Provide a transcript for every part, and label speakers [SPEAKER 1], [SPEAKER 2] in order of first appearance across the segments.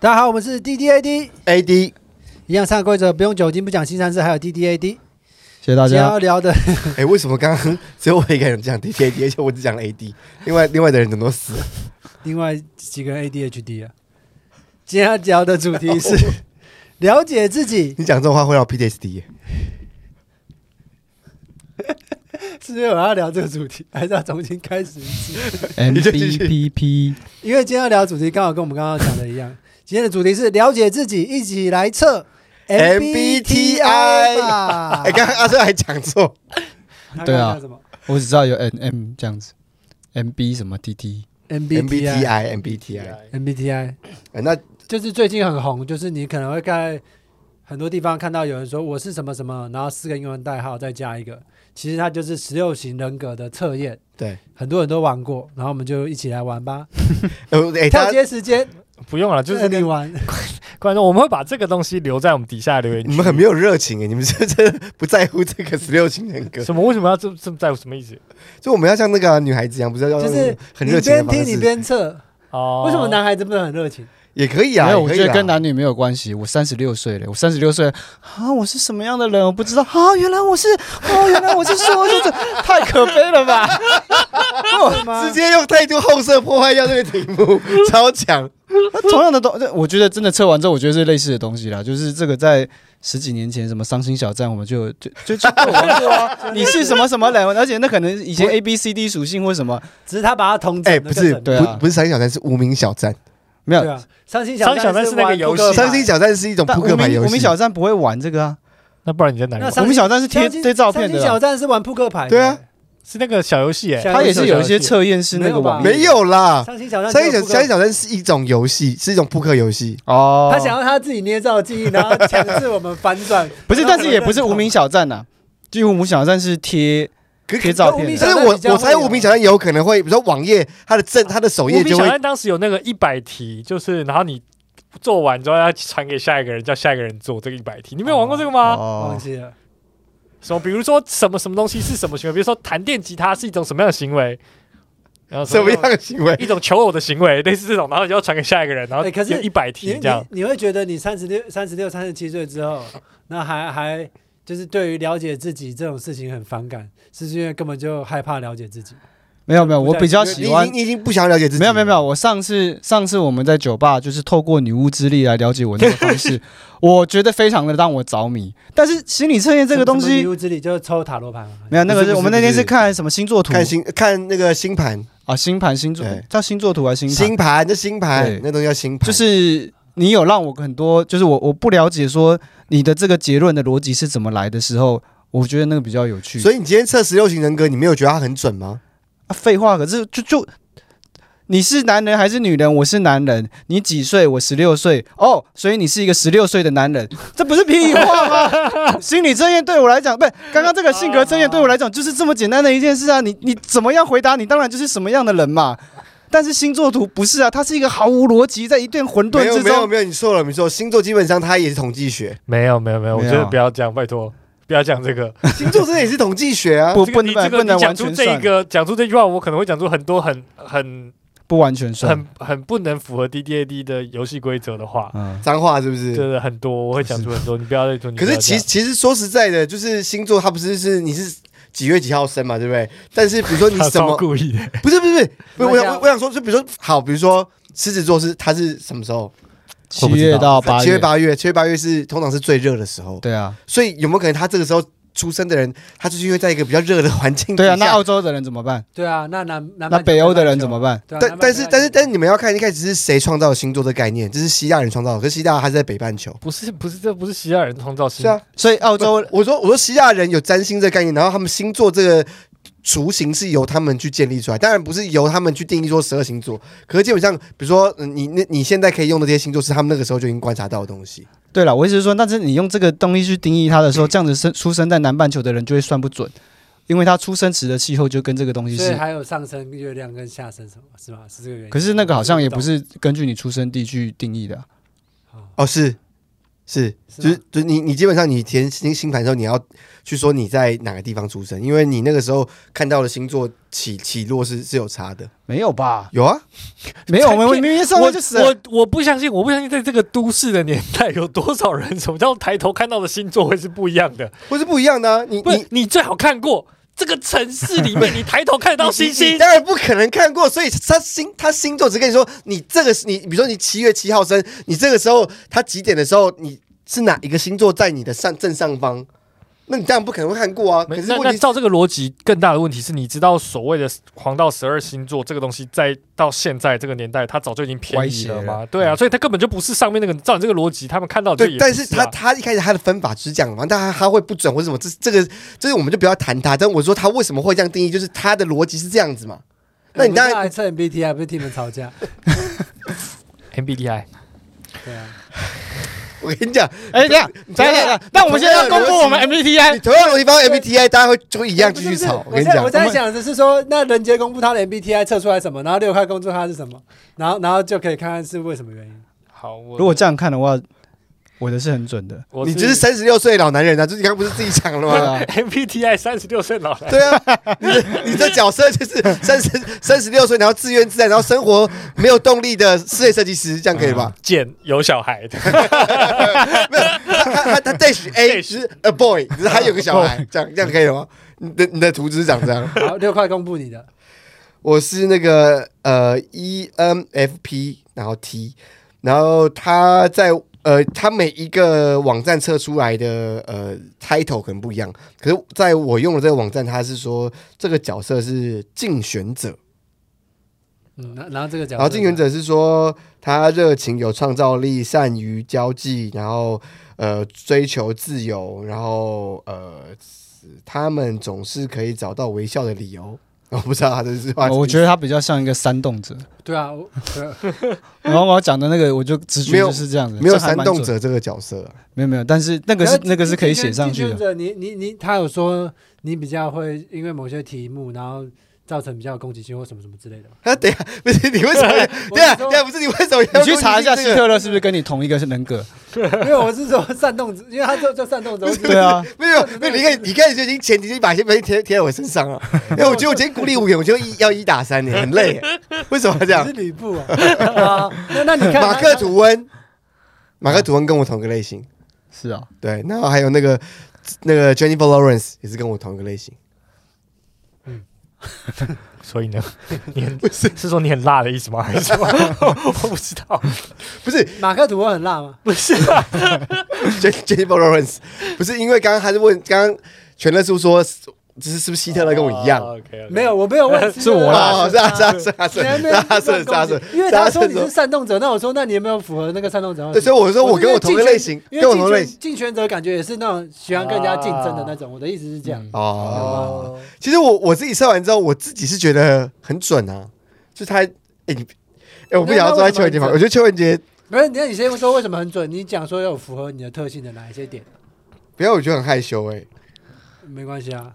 [SPEAKER 1] 大家好，我们是 D D A D，
[SPEAKER 2] AD，
[SPEAKER 1] 一样上规则，不用酒精，不讲新三事，还有 D D A D。
[SPEAKER 3] 谢谢大
[SPEAKER 1] 今天
[SPEAKER 3] 家
[SPEAKER 1] 要。聊的，
[SPEAKER 2] 哎、为什么刚刚只有我一个人讲 D T A D，而且我只讲了 AD，另外另外的人怎么都死了？
[SPEAKER 1] 另外几个人 A D H D 啊。今天要聊的主题 是了解自己，
[SPEAKER 2] 你讲这种话会让我 PTSD 耶、
[SPEAKER 1] 是不是我要聊这个主题，还是要重新开始一次？
[SPEAKER 3] M
[SPEAKER 2] 你就
[SPEAKER 3] B
[SPEAKER 2] 继续
[SPEAKER 3] P P，
[SPEAKER 1] 因为今天要聊的主题刚好跟我们刚刚讲的一样，今天的主题是了解自己，一起来测
[SPEAKER 2] MBTI
[SPEAKER 1] 吧
[SPEAKER 2] 哎、。刚刚阿正还讲错，
[SPEAKER 1] 他刚刚
[SPEAKER 3] 对啊
[SPEAKER 1] 叫什么
[SPEAKER 3] 我只知道有 N M 这样子，M B 什么 T T，
[SPEAKER 1] ？MBTI。
[SPEAKER 2] MBTI。
[SPEAKER 1] MBTI
[SPEAKER 2] 哎那
[SPEAKER 1] 就是最近很红，就是你可能会在很多地方看到有人说我是什么什么，然后四个英文代号再加一个，其实它就是十六型人格的测验，
[SPEAKER 2] 对，
[SPEAKER 1] 很多人都玩过，然后我们就一起来玩吧。
[SPEAKER 2] 呃，哎、
[SPEAKER 1] 跳
[SPEAKER 2] 他
[SPEAKER 1] 接时间，
[SPEAKER 4] 不用了，就是
[SPEAKER 1] 任你
[SPEAKER 4] 另外
[SPEAKER 1] 玩，
[SPEAKER 4] 观众，我们会把这个东西留在我们底下留言区。
[SPEAKER 2] 你们很没有热情哎、你们是真的不在乎这个十六型人 格，
[SPEAKER 4] 什么？为什么要这这么在乎？什么意思？
[SPEAKER 2] 就我们要像那个啊、女孩子一样，不是要
[SPEAKER 1] 就是
[SPEAKER 2] 用很
[SPEAKER 1] 你
[SPEAKER 2] 热情的
[SPEAKER 1] 边
[SPEAKER 2] 方
[SPEAKER 1] 听你
[SPEAKER 2] 式，
[SPEAKER 1] 边测。
[SPEAKER 4] 哦
[SPEAKER 1] 为什么？男孩子不能很热情？
[SPEAKER 2] 也可以啊，
[SPEAKER 3] 没有，
[SPEAKER 2] 也
[SPEAKER 3] 我
[SPEAKER 2] 可以
[SPEAKER 3] 觉得
[SPEAKER 2] 啦
[SPEAKER 3] 跟男女没有关系。我三十六岁了，我三十六岁了啊，我是什么样的人我不知道啊，原来我是，哦，原来我是说 这这太可悲了吧？
[SPEAKER 1] 是吗
[SPEAKER 2] 直接用态度后色破坏掉这个题 目，超强。
[SPEAKER 3] 那同样的东，这我觉得真的测完之后，我觉得是类似的东西啦，就是这个在十几年前什么伤心小站，我们就就 就就就有玩过啊，你是什么什么人，而且那可能以前 A B C D 属性或什么
[SPEAKER 1] 只是他把它同整
[SPEAKER 2] 哎、
[SPEAKER 1] 得
[SPEAKER 2] 不
[SPEAKER 1] 更
[SPEAKER 2] 是，
[SPEAKER 1] 整。
[SPEAKER 3] 对啊
[SPEAKER 2] 不不是三星小站，是无名小站。
[SPEAKER 3] 没
[SPEAKER 1] 对
[SPEAKER 3] 有，
[SPEAKER 1] 啊，伤心
[SPEAKER 4] 伤心小
[SPEAKER 1] 站
[SPEAKER 4] 站是那个
[SPEAKER 1] 玩
[SPEAKER 4] 游
[SPEAKER 1] 扑克
[SPEAKER 4] 戏啊
[SPEAKER 1] 牌
[SPEAKER 2] 三星小站是一种
[SPEAKER 3] 但
[SPEAKER 2] 扑
[SPEAKER 3] 我
[SPEAKER 2] 克牌
[SPEAKER 3] 们
[SPEAKER 2] 游
[SPEAKER 3] 我
[SPEAKER 2] 戏
[SPEAKER 3] 们，小站不会玩这个啊，
[SPEAKER 4] 那不然你在哪里
[SPEAKER 1] 那
[SPEAKER 4] 玩？
[SPEAKER 1] 上
[SPEAKER 3] 我们小站是贴
[SPEAKER 1] 伤心
[SPEAKER 3] 贴照片
[SPEAKER 1] 伤
[SPEAKER 3] 的
[SPEAKER 1] 心小
[SPEAKER 3] 啊，
[SPEAKER 1] 站是玩扑克牌的，
[SPEAKER 2] 对啊
[SPEAKER 4] 是那个小游戏耶。
[SPEAKER 1] 小
[SPEAKER 3] 它也是有一些
[SPEAKER 4] 游戏
[SPEAKER 3] 测验是那个网
[SPEAKER 1] 没
[SPEAKER 2] 没有啦。
[SPEAKER 1] 伤心小站只
[SPEAKER 2] 三
[SPEAKER 1] 啊有
[SPEAKER 2] 星小
[SPEAKER 1] 扑克牌。
[SPEAKER 2] 三星小站是一种游戏，是一种扑克游戏。
[SPEAKER 3] 哦，
[SPEAKER 1] 他想要他自己捏造记忆，然后强制我们反转。
[SPEAKER 3] 不是，
[SPEAKER 1] 让我
[SPEAKER 3] 但
[SPEAKER 1] 们
[SPEAKER 3] 是也不是
[SPEAKER 1] 认同
[SPEAKER 3] 无名小站呐，就无名小站是贴
[SPEAKER 2] 可
[SPEAKER 3] 贴照
[SPEAKER 1] 无名
[SPEAKER 3] 片
[SPEAKER 1] 小
[SPEAKER 3] 的，
[SPEAKER 2] 但
[SPEAKER 1] 站
[SPEAKER 2] 是
[SPEAKER 1] 比较
[SPEAKER 2] 我我
[SPEAKER 1] 会啊
[SPEAKER 2] 猜
[SPEAKER 1] 有
[SPEAKER 2] 无名小站有可能会，比如说网页它的正它的首
[SPEAKER 4] 无
[SPEAKER 2] 页
[SPEAKER 4] 名
[SPEAKER 2] 就
[SPEAKER 4] 小
[SPEAKER 2] 会
[SPEAKER 4] 站当时有那个一百题，就是然后你做完之后要传给下一个人，叫下一个人做这个一百题。你没有玩过这
[SPEAKER 1] 啊
[SPEAKER 4] 个吗？
[SPEAKER 3] 哦
[SPEAKER 1] 忘，记了，
[SPEAKER 4] 什么？比如说什么什么东西是什么行为？比如说弹电吉他是一种什么样的行为？然后
[SPEAKER 1] 哦
[SPEAKER 2] 什么样的行为？
[SPEAKER 4] 一种求偶的行为， 类似这种，然后你就要传给下一个人，然后
[SPEAKER 1] 哎可是
[SPEAKER 4] 一百
[SPEAKER 1] 你
[SPEAKER 4] 题这样
[SPEAKER 1] 你。你会觉得你三十六、三十六、三十七岁之后，那还还就是对于了解自己这种事情很反感，是因为根本就害怕了解自己。
[SPEAKER 3] 没有没有，我比较
[SPEAKER 2] 你
[SPEAKER 3] 喜
[SPEAKER 2] 你
[SPEAKER 3] 欢
[SPEAKER 2] 你。你已经不想了解自己，
[SPEAKER 3] 没有没有没有，，我上次上次我们在酒吧，就是透过女巫之力来了解我那个 方式，我觉得非常的让我着迷。但是心理测验这个东
[SPEAKER 1] 什么女
[SPEAKER 3] 西
[SPEAKER 1] 巫之里就是抽塔罗牌嘛，
[SPEAKER 3] 没有，那个
[SPEAKER 2] 不是不是
[SPEAKER 3] 我们那天
[SPEAKER 2] 不
[SPEAKER 3] 是
[SPEAKER 2] 是
[SPEAKER 3] 看什么星座图
[SPEAKER 2] 看星看那个星盘，
[SPEAKER 3] 啊，星盘星座
[SPEAKER 2] 对
[SPEAKER 3] 叫星座图还是星盘？
[SPEAKER 2] 星盘那星盘
[SPEAKER 3] 对
[SPEAKER 2] 那东西叫星盘，
[SPEAKER 3] 就是你有让我很多，就是我我不了解说你的这个结论的逻辑是怎么来的时候，我觉得那个比较有趣。
[SPEAKER 2] 所以你今天测十六型人格，你没有觉得它很准吗？
[SPEAKER 3] 啊，废话，可是就就你是男人还是女人？我是男人，你几岁？我十六岁。哦，所以你是一个十六岁的 男人，这不是屁话吗？心理测验对我来讲，不是刚刚这个性格测验对我来讲就是这么简单的一件事啊！你你怎么样回答，你当然就是什么样的人嘛。但是星座图不是啊，它是一个毫无逻辑，在一片混沌
[SPEAKER 2] 没有
[SPEAKER 3] 之
[SPEAKER 2] 没有
[SPEAKER 3] 中。
[SPEAKER 2] 没有，你错了，你错了，星座基本上它也是统 计学，
[SPEAKER 4] 没有没有没有，我
[SPEAKER 3] 没
[SPEAKER 4] 觉
[SPEAKER 3] 有
[SPEAKER 4] 得不要这样，拜托，不要讲这个。
[SPEAKER 2] 星座这也是统计学啊。
[SPEAKER 3] 不
[SPEAKER 4] 这
[SPEAKER 3] 不
[SPEAKER 4] 个你这
[SPEAKER 3] 能
[SPEAKER 4] 个
[SPEAKER 3] 不能
[SPEAKER 4] 你
[SPEAKER 3] 完
[SPEAKER 4] 讲出
[SPEAKER 3] 全
[SPEAKER 4] 这一
[SPEAKER 3] 算，
[SPEAKER 4] 个讲出这句话，我可能会讲出很多很很
[SPEAKER 3] 不完全算。
[SPEAKER 4] 很很不能符合 D D A D 的游戏规则的话，
[SPEAKER 3] 嗯，
[SPEAKER 2] 脏话是不？
[SPEAKER 4] 就是是很多我会讲出很多，你不要再说。你
[SPEAKER 2] 可
[SPEAKER 4] 不
[SPEAKER 2] 是
[SPEAKER 4] 要
[SPEAKER 2] 其
[SPEAKER 4] 这
[SPEAKER 3] 啊
[SPEAKER 2] 实
[SPEAKER 4] 样
[SPEAKER 2] 其实说实在的，就是星座它不是是你是几月几号生嘛，对不对？但是比如说你
[SPEAKER 4] 他
[SPEAKER 2] 什
[SPEAKER 4] 超
[SPEAKER 2] 么
[SPEAKER 4] 故 意的，
[SPEAKER 2] 不是不是不
[SPEAKER 1] 那
[SPEAKER 2] 是，我
[SPEAKER 1] 要
[SPEAKER 2] 想我我想说，就比如说好，比如说狮子座是它是什么时候？
[SPEAKER 3] 七月到八
[SPEAKER 2] 七月
[SPEAKER 3] 月，
[SPEAKER 2] 八月，七月八月是通常是最热的时候，
[SPEAKER 3] 对啊，
[SPEAKER 2] 所以有没有可能他这个时候出生的人，他就是因为在一个比较热的环境
[SPEAKER 3] 对啊。
[SPEAKER 2] 底下
[SPEAKER 3] 那澳洲的人怎么办？
[SPEAKER 1] 对啊，那南南
[SPEAKER 3] 那
[SPEAKER 1] 半球
[SPEAKER 3] 北欧的人怎么？办？
[SPEAKER 1] 对啊
[SPEAKER 2] 但
[SPEAKER 1] 南半
[SPEAKER 2] 但
[SPEAKER 1] 球
[SPEAKER 2] 是但是但是你们要看一开始是谁创造的星座的概念，这是希腊人创造的，可是希腊还是在北半球。
[SPEAKER 4] 不是不是，这不是希腊人创造性，
[SPEAKER 2] 是啊，
[SPEAKER 3] 所以哦
[SPEAKER 2] 不
[SPEAKER 3] 澳洲
[SPEAKER 2] 我说我说希腊人有占星这个概念，然后他们星座这个雏形是由他们去建立出来，当然不是由他们去定义说十二星座，可是基本上，比如说嗯你那你现在可以用的这些星座是他们那个时候就已经观察到的东西。
[SPEAKER 3] 对了，我意思是说，但是你用这个东西去定义它的时候，这样子生出生在南半球的人就会算不准，因为他出生时的气候就跟这个东西
[SPEAKER 1] 所以
[SPEAKER 3] 是。
[SPEAKER 1] 还有上升月亮跟下升什么是吗？是这个原因。
[SPEAKER 3] 可是那个好像也不
[SPEAKER 1] 是。
[SPEAKER 3] 是根据你出生地去定义的啊、
[SPEAKER 2] 哦，是是，
[SPEAKER 1] 是
[SPEAKER 2] 就是
[SPEAKER 1] 吗
[SPEAKER 2] 就是你你基本上你填星星盘的时候，你要去说你在哪个地方出生，因为你那个时候看到的星座起起落是是有差的。
[SPEAKER 3] 没有吧？
[SPEAKER 2] 有啊，
[SPEAKER 3] 没有，我们明明上
[SPEAKER 4] 我
[SPEAKER 3] 来就死了。
[SPEAKER 4] 我我不相信，我不相信，在这个都市的年代，有多少人什么叫抬头看到的星座会是不一样的？
[SPEAKER 2] 或是不一样的、啊。你
[SPEAKER 4] 不
[SPEAKER 2] 你
[SPEAKER 4] 是，你最好看过这个城市里面，你抬头看得到星
[SPEAKER 2] 你
[SPEAKER 4] 星。
[SPEAKER 2] 当然不可能看过，所以他星他星座只跟你说，你这个你比如说你七月七号生，你这个时候他几点的时候，你是哪一个星座在你的上正上方？那你当然不可能会看过啊。可
[SPEAKER 4] 没
[SPEAKER 2] 是
[SPEAKER 4] 那
[SPEAKER 2] 问
[SPEAKER 4] 那
[SPEAKER 2] 题是
[SPEAKER 4] 照这个逻辑，更大的问题是你知道所谓的黄道十二星座这个东西，在到现在这个年代，它早就已经偏移了
[SPEAKER 3] 歪斜
[SPEAKER 4] 嘛？
[SPEAKER 3] 了
[SPEAKER 4] 对啊，所以它根本就不是上面那个。照你这个逻辑，他们看到的
[SPEAKER 2] 嗯
[SPEAKER 4] 就
[SPEAKER 2] 对，
[SPEAKER 4] 也
[SPEAKER 2] 但
[SPEAKER 4] 不
[SPEAKER 2] 是
[SPEAKER 4] 是
[SPEAKER 2] 他
[SPEAKER 4] 啊
[SPEAKER 2] 他一开始他的分法只是讲嘛，但他他会不准或者什么，这这个这个我们就不要谈他。但我说他为什么会这样定义，就是他的逻辑是这样子嘛。那你当
[SPEAKER 1] 我们
[SPEAKER 2] 然
[SPEAKER 1] 来测 MBTI 不是替你们吵架？
[SPEAKER 4] MBTI
[SPEAKER 1] 对啊，
[SPEAKER 2] 我跟 你讲，
[SPEAKER 3] 哎，等一下，
[SPEAKER 2] 你
[SPEAKER 3] 等一下，等一下，
[SPEAKER 2] 啊
[SPEAKER 3] 那我们现在要公布我们 MBTI
[SPEAKER 2] 你。同样的地方 MBTI 大家会就会一样继续吵。我
[SPEAKER 1] 哎不是
[SPEAKER 2] 跟
[SPEAKER 1] 不
[SPEAKER 2] 你
[SPEAKER 1] 是我在
[SPEAKER 2] 讲，
[SPEAKER 1] 我在想的是说，那人杰公布他的 MBTI 测出来什么，然后六块公布他是什么，然后然后就可以看看是为什么原 因。
[SPEAKER 4] 好，我
[SPEAKER 3] 如果这样看的话，我的是很准的。
[SPEAKER 4] 我
[SPEAKER 2] 你就是 三十六岁的老男人啊，就是你刚刚不是自己讲了吗？
[SPEAKER 3] 啊
[SPEAKER 4] MBTI 三十六岁老 男，
[SPEAKER 2] 对啊，你你这角色就是三十三十六岁，然后自怨自艾，然后生活没有动力的室内设计师，这样可以 吧？
[SPEAKER 4] 见有小孩 的，
[SPEAKER 2] 没有，他他他他嗯 dash A 就是 a boy，只是还有个小孩，这样这样可以了吗？你的你的图纸是长这样，
[SPEAKER 1] 好，六块公布你的，
[SPEAKER 2] 我是那个呃 ENFP，然后 T，然后他在呃他每一个网站测出来的呃 title 可能不一样，可是在我用的这个网站，他是说这个角色是竞选者。
[SPEAKER 1] 嗯，然后然后这个角色，
[SPEAKER 2] 然后竞选者是说他热情、有创造力、善于交际，然后呃追求自由，然后呃他们总是可以找到微笑的理由。我不知道他这句话是，
[SPEAKER 3] 哦我觉得他比较像一个煽动者，
[SPEAKER 1] 对啊，我对啊
[SPEAKER 3] 然后我要讲的那个，我就直
[SPEAKER 2] 没
[SPEAKER 3] 觉
[SPEAKER 2] 有
[SPEAKER 3] 就是这样子，
[SPEAKER 2] 没有
[SPEAKER 3] 这还
[SPEAKER 2] 煽
[SPEAKER 3] 蛮
[SPEAKER 2] 动
[SPEAKER 3] 准的，
[SPEAKER 2] 者这个角色啊、
[SPEAKER 3] 没有没有，但是 那个是
[SPEAKER 1] 竞
[SPEAKER 3] 那个是可以写上
[SPEAKER 1] 竞
[SPEAKER 3] 去
[SPEAKER 1] 选
[SPEAKER 3] 的。
[SPEAKER 1] 者，你你你，他有说你比较会因为某些题目，然后造成比较有攻击性或什么什么之类 的吗。
[SPEAKER 2] 啊，等一下，不是你为什么要？对啊，对啊，不是你为什么要？
[SPEAKER 3] 你去查一下希
[SPEAKER 2] 这个。
[SPEAKER 3] 特勒是不是跟你同一个是人格？
[SPEAKER 1] 没有，我是说煽动者，因为他就就煽动者，我只是
[SPEAKER 3] 对啊，
[SPEAKER 2] 没有，没有，你看，你看，就已经前提就把先把贴贴在我身上了。 因为我觉得我今天鼓励五元，我就一要一打三，你很累 耶。为什么要这
[SPEAKER 1] 只
[SPEAKER 2] 样
[SPEAKER 1] 是？吕布啊。 啊那那你看
[SPEAKER 2] 马克，吐温，马克吐温跟我同个类型，
[SPEAKER 3] 是啊，
[SPEAKER 2] 对，然后还有那个那个 Jennifer Lawrence 也是跟我同一个类型，
[SPEAKER 4] 所以呢，你很是是说你很辣的意思吗？还是 什么？我不知道，
[SPEAKER 2] 不是
[SPEAKER 1] 马克吐温很辣吗？
[SPEAKER 4] 不是
[SPEAKER 2] Jen- Jennifer Lawrence，不是因为刚刚他是问，刚刚全乐叔说，只是是不是希特勒跟我一
[SPEAKER 4] 哦
[SPEAKER 2] 样？
[SPEAKER 1] 没有，我没有 问，
[SPEAKER 3] 是我啦
[SPEAKER 2] 哦，是啊，是啊，是啊，是
[SPEAKER 1] 你还
[SPEAKER 2] 啊，
[SPEAKER 1] 没
[SPEAKER 2] 是
[SPEAKER 1] 有
[SPEAKER 2] 啊，是
[SPEAKER 1] 乱
[SPEAKER 2] 啊，
[SPEAKER 1] 攻
[SPEAKER 2] 是啊，是
[SPEAKER 1] 击
[SPEAKER 2] 啊。
[SPEAKER 1] 因为他说你
[SPEAKER 2] 是啊
[SPEAKER 1] 是煽动者，那我说那你有没有符合那个煽动者？
[SPEAKER 2] 对，所以我说我跟我同个类型，
[SPEAKER 1] 因
[SPEAKER 2] 跟
[SPEAKER 1] 为竞
[SPEAKER 2] 我同
[SPEAKER 1] 选
[SPEAKER 2] 个类型。啊
[SPEAKER 1] 竞选者感觉也是那种喜欢跟人家竞争的那种。我的意思是这
[SPEAKER 2] 嗯
[SPEAKER 1] 样。
[SPEAKER 2] 哦，其实我我自己测完之后，我自己是觉得很准啊，就他，哎、你，哎、我不想要坐在邱文杰旁边，我觉得邱文杰，
[SPEAKER 1] 不是，那你先说为什么很准？你讲说有符合你的特性的哪一些点？
[SPEAKER 2] 不要，我觉得很害羞、哎，
[SPEAKER 1] 没关系啊，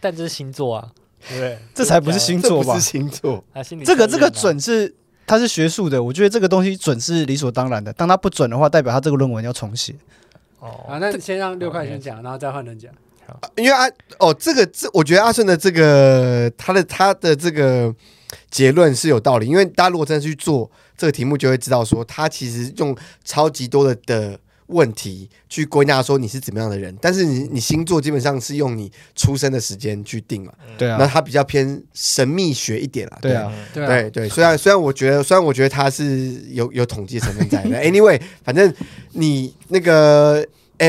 [SPEAKER 4] 但这是星座啊，对不对？
[SPEAKER 3] 这才不是星座
[SPEAKER 2] 这
[SPEAKER 3] 吧
[SPEAKER 2] 不是？星座，
[SPEAKER 4] 啊，心理
[SPEAKER 3] 这个
[SPEAKER 4] 测
[SPEAKER 3] 这
[SPEAKER 4] 验啊
[SPEAKER 3] 个，准是它是学术的，我觉得这个东西准是理所当然的。当它不准的话，代表它这个论文要重写。
[SPEAKER 4] 哦，
[SPEAKER 1] 啊，那先让六块先
[SPEAKER 2] 哦
[SPEAKER 1] 讲，然后再换人讲。
[SPEAKER 2] 因为阿哦，这个这，我觉得阿顺的这个他的他的这个结论是有道理，因为大家如果真的去做这个题目，就会知道说他其实用超级多的的问题去归纳说你是怎么样的人，但是你你星座基本上是用你出生的时间去定嘛，
[SPEAKER 4] 嗯
[SPEAKER 3] 对
[SPEAKER 2] 那
[SPEAKER 3] 啊，
[SPEAKER 2] 他比较偏神秘学一点啦，
[SPEAKER 3] 对
[SPEAKER 2] 对
[SPEAKER 3] 啊，
[SPEAKER 1] 对啊，
[SPEAKER 2] 对对，虽然虽然我觉得，虽然我觉得他是有有统计成分在的 ，anyway，反正你那个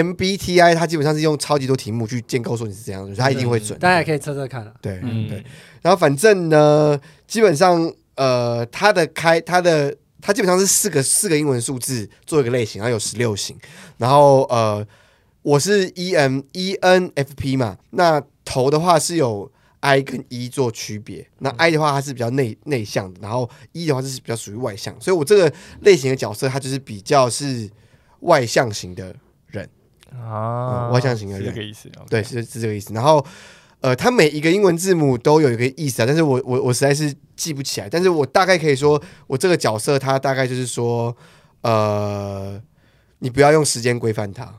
[SPEAKER 2] MBTI 它基本上是用超级多题目去建构说你是怎样的人，它一定会准。
[SPEAKER 1] 嗯大家也可以测测看啊。
[SPEAKER 2] 对
[SPEAKER 4] 嗯
[SPEAKER 2] 对，然后反正呢，基本上呃，它的开它的它基本上是四个四个英文数字做一个类型，然后有十六型，然后呃，我是 E N E N F P 嘛，那头的话是有 I 跟 E 做区别，那 I 的话它是比较内内向的，然后 E 的话就是比较属于外向，所以我这个类型的角色，它就是比较是外向型的
[SPEAKER 4] 啊
[SPEAKER 2] 嗯外向型的
[SPEAKER 4] 是
[SPEAKER 2] 人
[SPEAKER 4] 这个意思。啊
[SPEAKER 2] 对，，是是这个意思。然后，呃，它每一个英文字母都有一个意思啊，但是我我我实在是记不起来，但是我大概可以说，我这个角色他大概就是说，呃，你不要用时间规范它。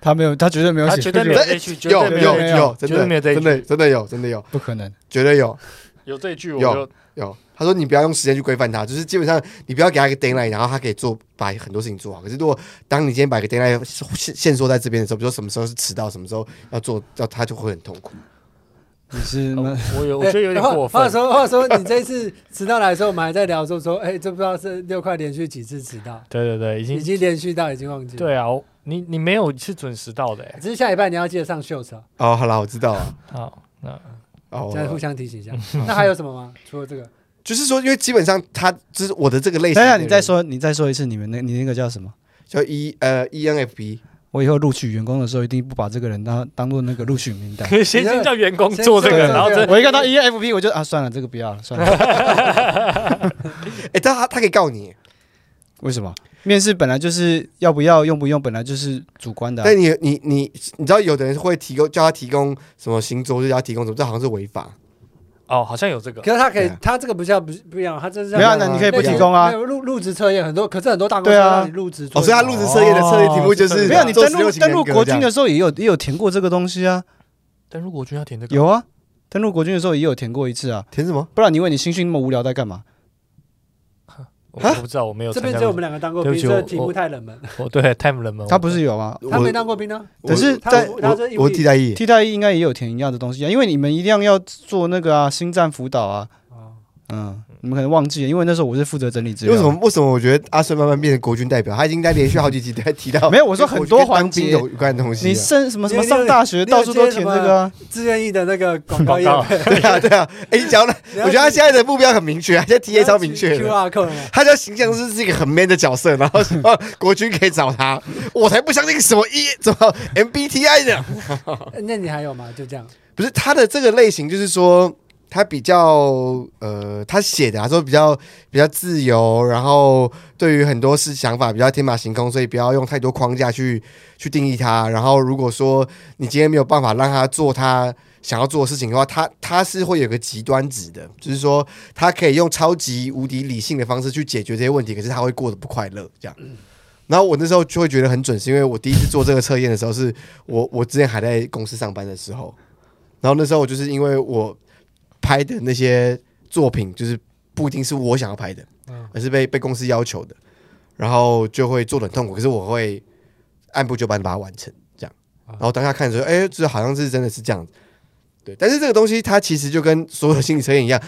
[SPEAKER 3] 他没有，他绝对没有
[SPEAKER 4] 他
[SPEAKER 3] 写
[SPEAKER 4] 绝对没有这一句，绝
[SPEAKER 2] 有
[SPEAKER 4] 对
[SPEAKER 3] 没
[SPEAKER 4] 没
[SPEAKER 3] 有
[SPEAKER 2] 哎有
[SPEAKER 3] 没
[SPEAKER 2] 有，真
[SPEAKER 4] 绝对没
[SPEAKER 2] 的
[SPEAKER 4] 有这
[SPEAKER 2] 真
[SPEAKER 4] 一句
[SPEAKER 2] 的真的有真的有，
[SPEAKER 3] 不可能。
[SPEAKER 2] 绝对有
[SPEAKER 4] 有这一句，我
[SPEAKER 2] 有
[SPEAKER 4] 就
[SPEAKER 2] 有。他说你不要用时间去规范他，就是基本上你不要给他一个 deadline，然后他可以做把很多事情做好。可是如果当你今天把一个 deadline 限限缩在这边的时候，比如说什么时候是迟到，什么时候要做，要他就会很痛苦。
[SPEAKER 3] 你是
[SPEAKER 4] 哦
[SPEAKER 3] 那
[SPEAKER 4] 我有，我 觉得有点过
[SPEAKER 1] 哎话
[SPEAKER 4] 分。
[SPEAKER 1] 说话说，你这次迟到来的时候，我们还在聊说说，哎，这不知道是六块连续几次迟到，
[SPEAKER 4] 对对对，已
[SPEAKER 1] 已
[SPEAKER 4] 经
[SPEAKER 1] 经连续到已经忘记。，
[SPEAKER 4] 对啊，我你你没有是准时到的欸
[SPEAKER 1] 只是下礼拜你要记得上秀场，
[SPEAKER 2] 哦，好啦，我知道了。
[SPEAKER 4] 好，那
[SPEAKER 2] 哦，
[SPEAKER 1] 再互相提醒一下。
[SPEAKER 4] 嗯
[SPEAKER 1] 那还有什么吗？ 除了这个，
[SPEAKER 2] 就是说，因为基本上他就是我的这个类型的
[SPEAKER 3] 等一
[SPEAKER 2] 人。
[SPEAKER 3] 下 你再说，你再说一次，你们那你那个叫什么？
[SPEAKER 2] 叫 E 呃 ENFP，
[SPEAKER 3] 我以后录取员工的时候，一定不把这个人当当做那个录取名单。
[SPEAKER 4] 可以先先叫员工做这
[SPEAKER 1] 对
[SPEAKER 4] 个，
[SPEAKER 1] 对
[SPEAKER 4] 然后
[SPEAKER 1] 对
[SPEAKER 4] 这
[SPEAKER 3] 我一看到 EFP，我就啊算了，这个不要了，算 了。
[SPEAKER 2] 哎、但他他可以告你，
[SPEAKER 3] 为什么？面试本来就是要不要用不用，本来就是主观的啊、
[SPEAKER 2] 但你你你你知道有的人会提供叫他提供什么星座，就叫他提供什么，这好像是违法。
[SPEAKER 4] 哦，好像有这个，
[SPEAKER 1] 可是他可以
[SPEAKER 2] 对啊，
[SPEAKER 1] 他这个不叫不不一样，他这是
[SPEAKER 3] 没有啊，
[SPEAKER 2] 那
[SPEAKER 3] 那你可以不
[SPEAKER 2] 那
[SPEAKER 3] 提供啊
[SPEAKER 1] 没。有入入职测验很多，可是很多大公司
[SPEAKER 3] 对啊
[SPEAKER 1] 让你入职测
[SPEAKER 2] 哦，
[SPEAKER 1] 验，
[SPEAKER 2] 所以他入职测验的测验题目就
[SPEAKER 4] 哦
[SPEAKER 2] 是啊
[SPEAKER 4] 是
[SPEAKER 3] 没有，你
[SPEAKER 2] 做
[SPEAKER 3] 登录
[SPEAKER 2] 16型人
[SPEAKER 3] 登录
[SPEAKER 2] 格
[SPEAKER 3] 国
[SPEAKER 2] 这样
[SPEAKER 3] 军的时候也有也有填过这个东西啊，
[SPEAKER 4] 但如果军要填这个，
[SPEAKER 3] 有啊，登录国军的时候也有填过一次啊，
[SPEAKER 2] 填什么？
[SPEAKER 3] 不然你问你新训那么无聊在干嘛？
[SPEAKER 4] 我
[SPEAKER 2] 啊
[SPEAKER 4] 我不知道，我没有
[SPEAKER 1] 这
[SPEAKER 4] 参
[SPEAKER 1] 边
[SPEAKER 4] 加
[SPEAKER 1] 只有我
[SPEAKER 4] 过
[SPEAKER 1] 们。两个当过
[SPEAKER 4] 对
[SPEAKER 1] 兵，
[SPEAKER 4] 不起
[SPEAKER 1] 这个
[SPEAKER 4] 我
[SPEAKER 1] 题目太冷门，
[SPEAKER 4] 我对太冷门，
[SPEAKER 3] 他不是有啊，
[SPEAKER 1] 他
[SPEAKER 2] 我
[SPEAKER 1] 没当过兵呢。
[SPEAKER 2] 我
[SPEAKER 3] 可是
[SPEAKER 1] 他
[SPEAKER 3] 在
[SPEAKER 1] 他
[SPEAKER 2] 我
[SPEAKER 1] 这一
[SPEAKER 2] 我
[SPEAKER 1] 批
[SPEAKER 2] 替代役，
[SPEAKER 3] 替代役应该也有填一样的东西啊，因为你们一定要做那个啊，星战辅导啊，
[SPEAKER 1] 哦
[SPEAKER 3] 嗯，你们可能忘记了，因为那时候我是负责整理资料。
[SPEAKER 2] 为什么？为什么我觉得阿顺慢慢变成国军代表？他已经在连续好几集在提到
[SPEAKER 3] 没有我说很多
[SPEAKER 2] 跟国军
[SPEAKER 3] 环
[SPEAKER 2] 跟
[SPEAKER 3] 节
[SPEAKER 2] 当兵有关的东西
[SPEAKER 3] 你
[SPEAKER 2] 啊。
[SPEAKER 3] 上什么什么
[SPEAKER 1] 你有
[SPEAKER 3] 上大学
[SPEAKER 1] 你有
[SPEAKER 3] 到处都填这个啊？
[SPEAKER 1] 自愿意的那个广告
[SPEAKER 4] 广
[SPEAKER 1] 业
[SPEAKER 4] 告
[SPEAKER 1] 配，
[SPEAKER 2] 对啊对啊，哎，你 讲了，
[SPEAKER 1] 你要
[SPEAKER 2] 我觉得他现在的目标很明确，他现在 T A 超明 确
[SPEAKER 1] ，Q
[SPEAKER 2] 的。
[SPEAKER 1] R code 吗？
[SPEAKER 2] 他的形象是是一个很 man 的角色，然后什么国军可以找他，我才不相信什么 E 什么 MBTI 的，
[SPEAKER 1] 那你还有吗？就这样，
[SPEAKER 2] 不是他的这个类型，就是说他比较呃，他写的啊，说比较比较自由，然后对于很多事想法比较天马行空，所以不要用太多框架去去定义他。然后如果说你今天没有办法让他做他想要做的事情的话，他他是会有个极端值的，就是说他可以用超级无敌理性的方式去解决这些问题，可是他会过得不快乐这样。然后我那时候就会觉得很准，是因为我第一次做这个测验的时候是我我之前还在公司上班的时候，然后那时候我就是因为我拍的那些作品，就是不一定是我想要拍的，
[SPEAKER 1] 嗯
[SPEAKER 2] 而是被被公司要求的，然后就会做的很痛苦。可是我会按部就班的把它完成，这样。
[SPEAKER 1] 啊
[SPEAKER 2] 然后当下看的时候，哎，这好像是真的是这样子。对，但是这个东西它其实就跟所有的心理测验一样，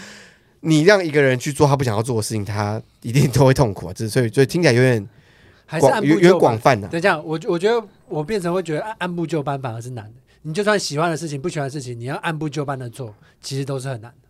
[SPEAKER 2] 你让一个人去做他不想要做的事情，他一定都会痛苦啊。这所以所以听起来有点
[SPEAKER 1] 还是按
[SPEAKER 2] 广
[SPEAKER 1] 部
[SPEAKER 2] 有有
[SPEAKER 1] 就
[SPEAKER 2] 点
[SPEAKER 1] 班
[SPEAKER 2] 广泛啊呐、
[SPEAKER 1] 等一下，我我觉得我变成会觉得按按部就班反而是难的。你就算喜欢的事情、不喜欢的事情，你要按部就班的做，其实都是很难的。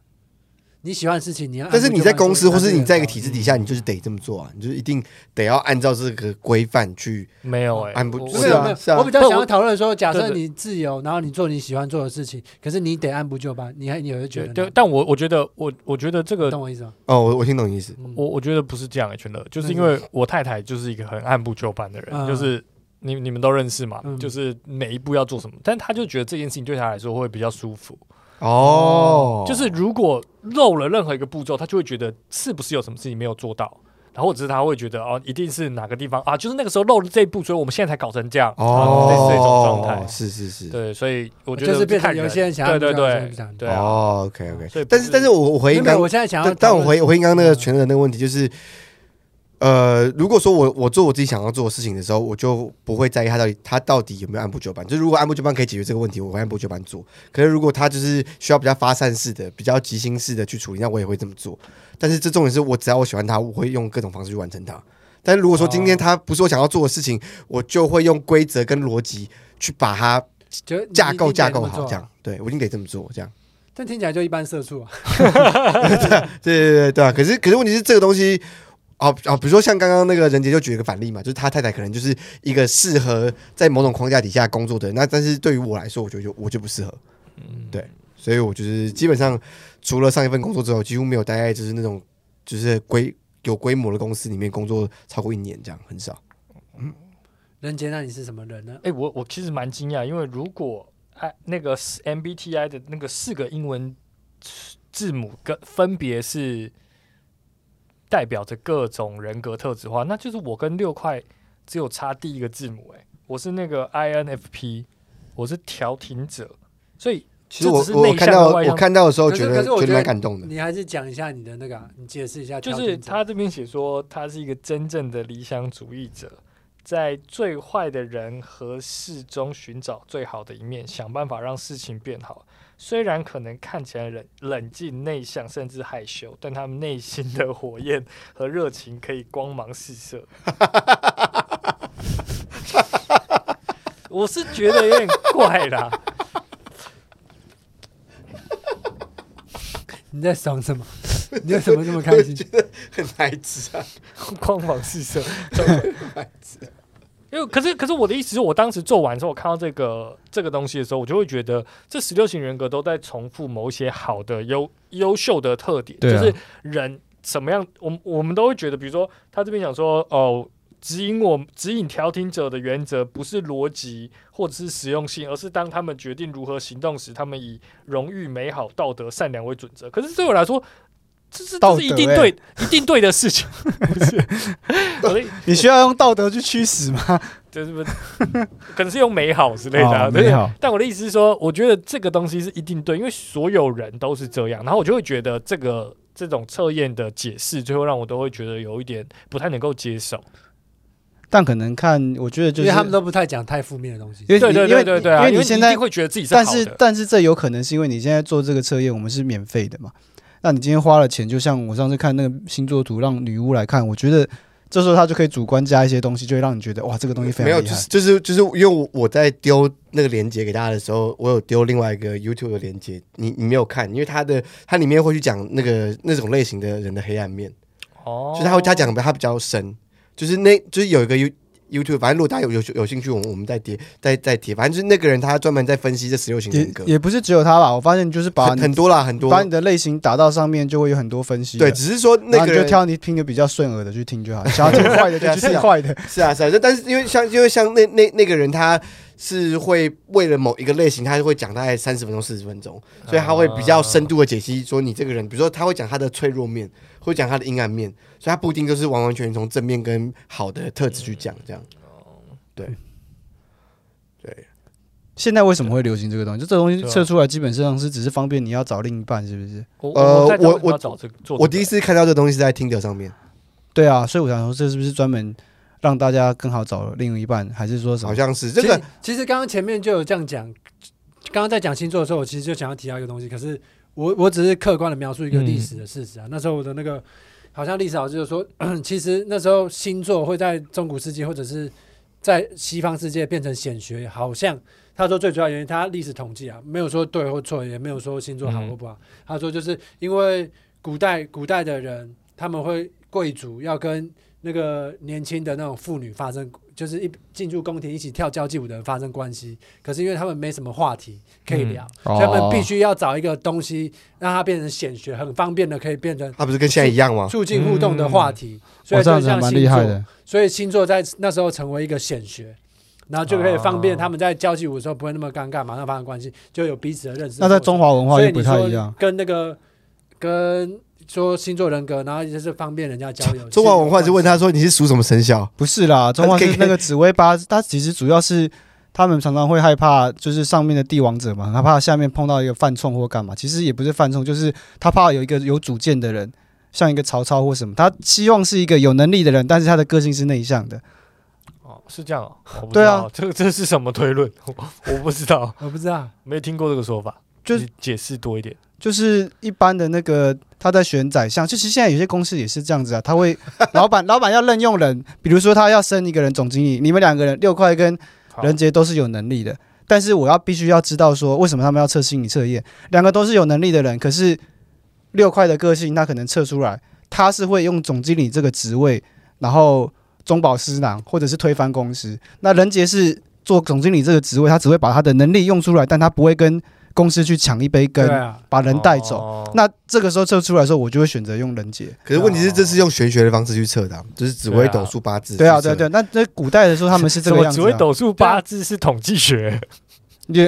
[SPEAKER 1] 你喜欢的事情，你 要按部
[SPEAKER 2] 但
[SPEAKER 1] 就班
[SPEAKER 2] 是
[SPEAKER 1] 地做
[SPEAKER 2] 你在公司或是你在一个体，
[SPEAKER 1] 难度
[SPEAKER 2] 制底下，你就是得这么做啊，你就是一定得要按照这个规范去
[SPEAKER 4] 没有哎，
[SPEAKER 2] 按不
[SPEAKER 4] 我
[SPEAKER 1] 也
[SPEAKER 2] 住
[SPEAKER 1] 很高没
[SPEAKER 2] 是
[SPEAKER 4] 我
[SPEAKER 1] 有
[SPEAKER 2] 啊
[SPEAKER 1] 没有
[SPEAKER 2] 是啊
[SPEAKER 1] 我比较想要
[SPEAKER 4] 不
[SPEAKER 1] 讨论说，假设
[SPEAKER 4] 对对
[SPEAKER 1] 你自由，然后你做你喜欢做的事情，可是你得按部就班，你还你会觉
[SPEAKER 4] 觉
[SPEAKER 1] 得
[SPEAKER 4] 对，
[SPEAKER 1] 难，
[SPEAKER 4] 但我我觉得我我觉得这个
[SPEAKER 1] 懂我意思吗？
[SPEAKER 2] 哦，我我听懂你意思。
[SPEAKER 1] 嗯
[SPEAKER 4] 我我觉得不是这样的、欸全乐，就是因为我太太就是一个很按部就班的人，
[SPEAKER 1] 嗯
[SPEAKER 4] 就是你你们都认识嘛，
[SPEAKER 1] 嗯
[SPEAKER 4] 就是每一步要做什么，但她就觉得这件事情对她来说会比较舒服，
[SPEAKER 2] 哦，
[SPEAKER 4] 就是如果漏了任何一个步骤，她就会觉得是不是有什么事情没有做到，然后或者是她会觉得哦，一定是哪个地方啊，就是那个时候漏了这一步，所以我们现在才搞成这样，
[SPEAKER 2] 哦，
[SPEAKER 4] 啊类似这种状态，
[SPEAKER 2] 是是是，
[SPEAKER 4] 对，所以我觉得
[SPEAKER 1] 就是变成
[SPEAKER 4] 看人
[SPEAKER 1] 有些人想要
[SPEAKER 4] 对对
[SPEAKER 1] 有些人
[SPEAKER 4] 对
[SPEAKER 1] 不想
[SPEAKER 4] 对啊，
[SPEAKER 2] 哦，OK
[SPEAKER 4] 所
[SPEAKER 2] OK，
[SPEAKER 4] 以
[SPEAKER 2] 但
[SPEAKER 4] 不
[SPEAKER 2] 是
[SPEAKER 4] 是
[SPEAKER 2] 但是我我回应
[SPEAKER 1] 因为
[SPEAKER 2] 刚
[SPEAKER 1] 我，现在想要
[SPEAKER 2] 但
[SPEAKER 1] 讨论，
[SPEAKER 2] 但我回我回应刚刚那个
[SPEAKER 1] 嗯
[SPEAKER 2] 全人的那个问题就是。呃，如果说我我做我自己想要做的事情的时候，我就不会在意他到底他到底有没有按部就班。就是如果按部就班可以解决这个问题，我会按部就班做。可是如果他就是需要比较发散式的、比较即兴式的去处理，那我也会这么做。但是这重点是我只要我喜欢他，我会用各种方式去完成它。但如果说今天
[SPEAKER 1] 哦
[SPEAKER 2] 他不是我想要做的事情，我就会用规则跟逻辑去把它
[SPEAKER 1] 就
[SPEAKER 2] 架构架构
[SPEAKER 1] 这
[SPEAKER 2] 好，这样。对我一定得这么做，这样。
[SPEAKER 1] 但听起来就一般社畜啊，
[SPEAKER 2] 对对对对啊！可是可是问题是这个东西，啊啊，比如说像刚刚那个任杰就举了个反例嘛，就是他太太可能就是一个适合在某种框架底下工作的人，那但是对于我来说，我觉得就我就不适合，对，所以我就是基本上除了上一份工作之后，几乎没有待在就是那种就是规有规模的公司里面工作超过一年这样，很少。
[SPEAKER 1] 人杰，那你是什么人呢？
[SPEAKER 4] 哎、我我其实蛮惊讶，因为如果哎那个四 MBTI 的那个四个英文字母跟分别是代表着各种人格特质的话，那就是我跟六块只有差第一个字母、欸。哎，我是那个 INFP，我是调停者，所以
[SPEAKER 2] 其实我
[SPEAKER 4] 这只是
[SPEAKER 2] 我
[SPEAKER 4] 内向
[SPEAKER 2] 看
[SPEAKER 4] 和
[SPEAKER 2] 到
[SPEAKER 4] 外
[SPEAKER 2] 我
[SPEAKER 4] 向
[SPEAKER 2] 看到的时候，
[SPEAKER 1] 可是
[SPEAKER 2] 觉得
[SPEAKER 1] 可是我
[SPEAKER 2] 觉得
[SPEAKER 1] 觉得
[SPEAKER 2] 蛮感 动的。
[SPEAKER 1] 你还是讲一下你的那个啊，你解释一下
[SPEAKER 4] 就
[SPEAKER 1] 调停者，
[SPEAKER 4] 是他这边写说他是一个真正的理想主义者，在最坏的人和事中寻找最好的一面，想办法让事情变好。虽然可能看起来冷冷静、内向，甚至害羞，但他们内心的火焰和热情可以光芒四射。 我是觉得有点怪啦，
[SPEAKER 1] 你在爽什么？ 你为什么这么开心？
[SPEAKER 2] 很孩子啊，
[SPEAKER 4] 光芒四射，因为可是可是我的意思是我当时做完之后，我看到这个这个东西的时候，我就会觉得这十六型人格都在重复某一些好的优优秀的特点，
[SPEAKER 3] 对啊
[SPEAKER 4] 就是人什么样，我们我们都会觉得，比如说他这边讲说哦。指引我指引调停者的原则不是逻辑或者是实用性，而是当他们决定如何行动时，他们以荣誉、美好、道德、善良为准则。可是对我来说，这是这
[SPEAKER 3] 道
[SPEAKER 4] 是一
[SPEAKER 3] 德
[SPEAKER 4] 定
[SPEAKER 3] 欸
[SPEAKER 4] 对、一定对的事情。 不是，我的
[SPEAKER 3] 你需要用道德去驱使吗？
[SPEAKER 4] 就是不可能是用美好之类的、啊，
[SPEAKER 3] 哦
[SPEAKER 4] 对
[SPEAKER 3] 美好。
[SPEAKER 4] 但我的意思是说，我觉得这个东西是一定对，因为所有人都是这样。然后我就会觉得这个这种测验的解释，最后让我都会觉得有一点不太能够接受。
[SPEAKER 3] 但可能看，我觉得就
[SPEAKER 1] 因
[SPEAKER 3] 是
[SPEAKER 1] 为他们都不太讲太负面的东西。
[SPEAKER 3] 因为
[SPEAKER 4] 对
[SPEAKER 3] 你
[SPEAKER 4] 对
[SPEAKER 3] 因
[SPEAKER 4] 对
[SPEAKER 3] 为
[SPEAKER 4] 对对
[SPEAKER 3] 因
[SPEAKER 4] 啊，因
[SPEAKER 3] 为
[SPEAKER 4] 为
[SPEAKER 3] 你现
[SPEAKER 4] 一
[SPEAKER 3] 在
[SPEAKER 4] 定会觉得自己是好
[SPEAKER 3] 但
[SPEAKER 4] 的，
[SPEAKER 3] 是但是这有可能是因为你现在做这个测验，我们是免费的嘛？那你今天花了钱，就像我上次看那个星座图，让女巫来看，我觉得这时候她就可以主观加一些东西，就会让你觉得哇，这个东西非
[SPEAKER 2] 没有，
[SPEAKER 3] 常厉
[SPEAKER 2] 就
[SPEAKER 3] 害
[SPEAKER 2] 是。就是就是，因为我我在丢那个链接给大家的时候，我有丢另外一个 YouTube 的链接，你你没有看，因为它的它里面会去讲那个那种类型的人的黑暗面，
[SPEAKER 4] 哦，
[SPEAKER 2] 就是他会他讲的他比较深，就是那就是有一个 You。YouTube，反正如果大家有有有兴趣，我们我们再贴再再贴。反正就是那个人，他专门在分析这十六型人
[SPEAKER 3] 也
[SPEAKER 2] 格，
[SPEAKER 3] 也不是只有她吧，我发现就是把
[SPEAKER 2] 很
[SPEAKER 3] 你
[SPEAKER 2] 很多啦，很多
[SPEAKER 3] 把。你的类型打到上面，就会有很多分析。
[SPEAKER 2] 对，，只是说
[SPEAKER 3] 然
[SPEAKER 2] 那
[SPEAKER 3] 后
[SPEAKER 2] 个
[SPEAKER 3] 你就
[SPEAKER 2] 人
[SPEAKER 3] 挑你听的比较顺耳的去听就好，想要听坏的就去
[SPEAKER 2] 对啊是
[SPEAKER 3] 听
[SPEAKER 2] 啊
[SPEAKER 3] 坏的。
[SPEAKER 2] 是啊，是啊，但是因为像因为像那那那个人，他是会为了某一个类型，他就会讲大概三十分钟、四十分钟，所以他会比较深度的解析说你这个人，比如说他会讲他的脆弱面，会讲他的阴暗面，所以他不一定就是完完全全从正面跟好的特质去讲这样。对，对，
[SPEAKER 3] 现在为什么会流行这个东西？就这东西
[SPEAKER 4] 对啊
[SPEAKER 3] 测出来，基本上是只是方便你要找另一半，是不是？
[SPEAKER 4] 我
[SPEAKER 2] 呃
[SPEAKER 4] 我在
[SPEAKER 2] 我
[SPEAKER 4] 我
[SPEAKER 2] 我
[SPEAKER 4] 找这个做这个
[SPEAKER 2] 我第一次看到这东西是在 Tinder 上面，
[SPEAKER 3] 对啊，所以我想说，这是不是专门让大家更好找另一半，还是说什
[SPEAKER 2] 好
[SPEAKER 3] 么？
[SPEAKER 2] 像是这个
[SPEAKER 1] 其实其实刚刚前面就有这样讲，刚刚在讲星座的时候，我其实就想要提到一个东西，可是我我只是客观的描述一个历史的事
[SPEAKER 3] 嗯
[SPEAKER 1] 实啊。那时候我的那个好像历史老师就说， 其实那时候星座会在中古世纪或者是在西方世界变成显学，好像他说最主要原因，他历史统计啊，没有说对或错，也没有说星座好或不好，
[SPEAKER 3] 嗯
[SPEAKER 1] 他说就是因为古代古代的人他们会贵族要跟那个年轻的那种妇女发生，就是一进入宫廷一起跳交际舞的人发生关系，可是因为他们没什么话题可以聊，
[SPEAKER 3] 嗯
[SPEAKER 1] 所以他们
[SPEAKER 3] 哦
[SPEAKER 1] 必须要找一个东西让它变成显学，很方便的可以变成
[SPEAKER 2] 啊他不是跟现在一样吗？
[SPEAKER 1] 促进互动的话题，所
[SPEAKER 3] 我
[SPEAKER 1] 以
[SPEAKER 3] 哦嗯这样
[SPEAKER 1] 就
[SPEAKER 3] 子还
[SPEAKER 1] 像
[SPEAKER 3] 蛮
[SPEAKER 1] 星
[SPEAKER 3] 厉害
[SPEAKER 1] 座
[SPEAKER 3] 的，
[SPEAKER 1] 所以星座在那时候成为一个显学，然后就可以方
[SPEAKER 3] 哦
[SPEAKER 1] 便他们在交际舞的时候不会那么尴尬，马上发生关系，就有彼此的认识。
[SPEAKER 3] 那在中华文化
[SPEAKER 1] 所以
[SPEAKER 3] 又
[SPEAKER 1] 你
[SPEAKER 3] 不
[SPEAKER 1] 说
[SPEAKER 3] 太一样。
[SPEAKER 1] 跟那个跟说星座人格，然后就是方便人家交流。
[SPEAKER 2] 中华文化就问他说你是属什么生肖？
[SPEAKER 3] 不是啦，中华是那个紫薇八，它其实主要是他们常常会害怕，就是上面的帝王者嘛，很害怕下面碰到一个犯冲或干嘛。其实也不是犯冲，就是他怕有一个有主见的人，像一个曹操或什么，他希望是一个有能力的人，但是他的个性是内向的。
[SPEAKER 4] 哦是这样哦，我不知
[SPEAKER 3] 对啊
[SPEAKER 4] 道，这个这是什么推论？我我不知道，
[SPEAKER 1] 我不知道，
[SPEAKER 4] 没听过这个说法，
[SPEAKER 3] 就是
[SPEAKER 4] 你解释多一点。
[SPEAKER 3] 就是一般的那个他在选宰相，就其实现在有些公司也是这样子啊，他会 老板老板要任用人，比如说他要升一个人总经理，你们两个人六块跟
[SPEAKER 4] 好哦
[SPEAKER 3] 人杰都是有能力的，但是我要必须要知道说为什么他们要测心理测验，两个都是有能力的人，可是六块的个性他可能测出来他是会用总经理这个职位，然后中饱私囊或者是推翻公司，那人杰是做总经理这个职位，他只会把他的能力用出来，但他不会跟公司去抢一杯
[SPEAKER 1] 对
[SPEAKER 3] 羹，
[SPEAKER 1] 啊，
[SPEAKER 3] 把人带走。
[SPEAKER 4] 哦
[SPEAKER 3] 那这个时候测出来的时候，我就会选择用人杰。
[SPEAKER 2] 可是问题是这是用玄学的方式去测的啊、就是紫微斗数八字去测
[SPEAKER 3] 啊对啊
[SPEAKER 2] 的。
[SPEAKER 3] 啊，对对，那在古代的时候他们是这
[SPEAKER 4] 怎
[SPEAKER 3] 个
[SPEAKER 4] 么
[SPEAKER 3] 样
[SPEAKER 4] 只
[SPEAKER 3] 子、
[SPEAKER 4] 会
[SPEAKER 3] 啊。
[SPEAKER 4] 斗数八字是统计学？
[SPEAKER 3] 你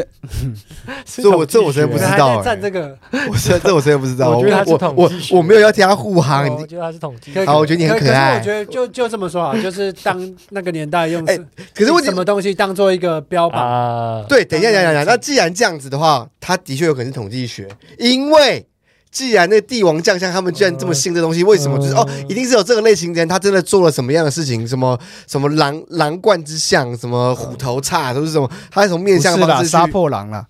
[SPEAKER 2] 所以我这我真的不
[SPEAKER 1] 我
[SPEAKER 2] 知
[SPEAKER 4] 啊
[SPEAKER 1] 还
[SPEAKER 2] 道
[SPEAKER 1] 啊在
[SPEAKER 2] 欸
[SPEAKER 1] 站这个，
[SPEAKER 2] 我这这我真的不知道，
[SPEAKER 4] 我
[SPEAKER 2] 我
[SPEAKER 4] 觉得他是
[SPEAKER 2] 我
[SPEAKER 4] 统
[SPEAKER 2] 我
[SPEAKER 4] 计学
[SPEAKER 2] 我没有要替他护航，
[SPEAKER 4] 哦我
[SPEAKER 2] 你
[SPEAKER 4] 觉得他是统计
[SPEAKER 1] 可
[SPEAKER 4] 学。
[SPEAKER 2] 好我觉得你很
[SPEAKER 1] 可
[SPEAKER 2] 可爱
[SPEAKER 1] 可是我觉得就就这么说啊，就是当那个年代用
[SPEAKER 2] 哎可是问题
[SPEAKER 1] 什么东西当做一个标榜，
[SPEAKER 4] 啊，
[SPEAKER 2] 对，等一下，
[SPEAKER 1] 当
[SPEAKER 2] 等一下，
[SPEAKER 1] 然
[SPEAKER 2] 等一下那既然这样子的话，他的确有可能是统计学，因为既然那帝王将相他们居然这么信这东西，为什么就是哦，一定是有这个类型的人，他真的做了什么样的事情，什么什么狼狼冠之象，什么虎头叉，都是什么，他从面
[SPEAKER 3] 不
[SPEAKER 2] 相
[SPEAKER 3] 是
[SPEAKER 2] 方
[SPEAKER 3] 啦，
[SPEAKER 2] 式
[SPEAKER 3] 杀
[SPEAKER 2] 去，
[SPEAKER 3] 破狼啦，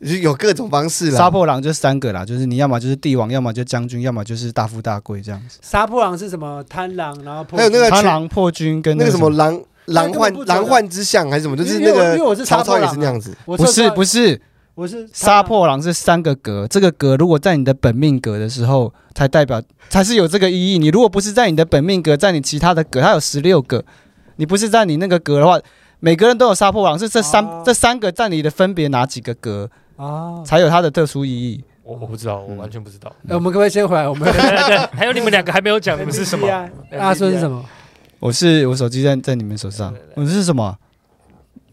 [SPEAKER 2] 就是有各种方式
[SPEAKER 3] 杀
[SPEAKER 2] 啦。
[SPEAKER 3] 破狼就是三个啦，就是你要么就是帝王，要么就将军，要么就是大富大贵这样子。
[SPEAKER 1] 杀破狼是什么贪狼，然后破
[SPEAKER 2] 还有那个
[SPEAKER 3] 螳螂破军跟
[SPEAKER 2] 那个
[SPEAKER 3] 个
[SPEAKER 2] 什么狼狼
[SPEAKER 1] 根本
[SPEAKER 2] 患
[SPEAKER 1] 不准啊
[SPEAKER 2] 狼患之象还是什么，就是
[SPEAKER 1] 因为
[SPEAKER 2] 那
[SPEAKER 1] 因为我因为我
[SPEAKER 2] 个
[SPEAKER 1] 是
[SPEAKER 2] 曹
[SPEAKER 1] 杀
[SPEAKER 2] 操
[SPEAKER 1] 破
[SPEAKER 2] 也
[SPEAKER 1] 狼啊
[SPEAKER 2] 是那样子，
[SPEAKER 1] 我
[SPEAKER 3] 不是不
[SPEAKER 1] 是
[SPEAKER 3] 是
[SPEAKER 1] 我是
[SPEAKER 3] 杀破狼是三个格，这个格如果在你的本命格的时候，才代表才是有这个意义。你如果不是在你的本命格，在你其他的格，它有十六个，你不是在你那个格的话，每个人都有杀破狼，是这三、
[SPEAKER 1] 哦
[SPEAKER 3] 这三个在你的分别哪几个格
[SPEAKER 1] 啊。
[SPEAKER 3] 才有它的特殊意义？
[SPEAKER 4] 我我不知道，我完全不知道。
[SPEAKER 2] 啊
[SPEAKER 3] 嗯
[SPEAKER 1] 哎我们可不可以先回来？我们
[SPEAKER 4] 对对对，还有你们两个还没有讲， 你们是 什么？
[SPEAKER 3] 啊
[SPEAKER 1] MBTI 阿孙是什么？
[SPEAKER 3] 我是我手机在在你们手上，我是什么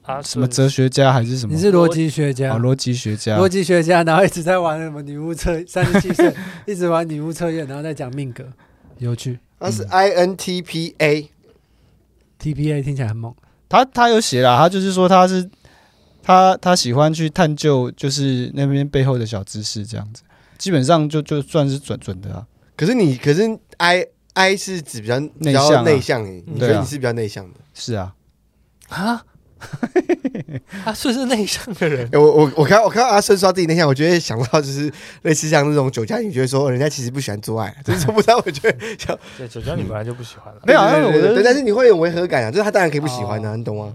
[SPEAKER 4] 啊，
[SPEAKER 3] 什么哲学家还是什么
[SPEAKER 1] 你？是逻辑学家
[SPEAKER 3] 哦，。逻辑学
[SPEAKER 2] 啊
[SPEAKER 3] 家
[SPEAKER 1] 逻。辑学家，然后一直在玩什么女巫测 三十七岁，一直玩女巫测验，然后再讲命格，有趣。
[SPEAKER 2] 他是 INTPA，
[SPEAKER 1] TPA 听起来很猛，
[SPEAKER 3] 他他有写啦，他就是说他是他他喜欢去探究，就是那边背后的小知识这样子，基本上就就算是准准的啊。
[SPEAKER 2] 可是你可是 I I 是指比较比
[SPEAKER 3] 内向
[SPEAKER 2] 较
[SPEAKER 3] 啊
[SPEAKER 2] 内向诶，你觉
[SPEAKER 3] 对
[SPEAKER 2] 得
[SPEAKER 3] 啊
[SPEAKER 2] 你是比较内向的？
[SPEAKER 3] 是啊，
[SPEAKER 4] 啊？
[SPEAKER 1] 啊
[SPEAKER 4] 他是不是内向的人？
[SPEAKER 2] 欸我我我看到我看到阿顺刷自己那天，我就会想到就是 类似像那种酒家女，就会说哦人家其实不喜欢做爱，就是说不知道，我觉得
[SPEAKER 4] 对，九九你本来就不喜欢了。
[SPEAKER 3] 没有啊
[SPEAKER 2] 对对对
[SPEAKER 3] 我觉得哦
[SPEAKER 2] 对对但是你会有违和感啊，就是他当然可以不喜欢啊，你懂吗？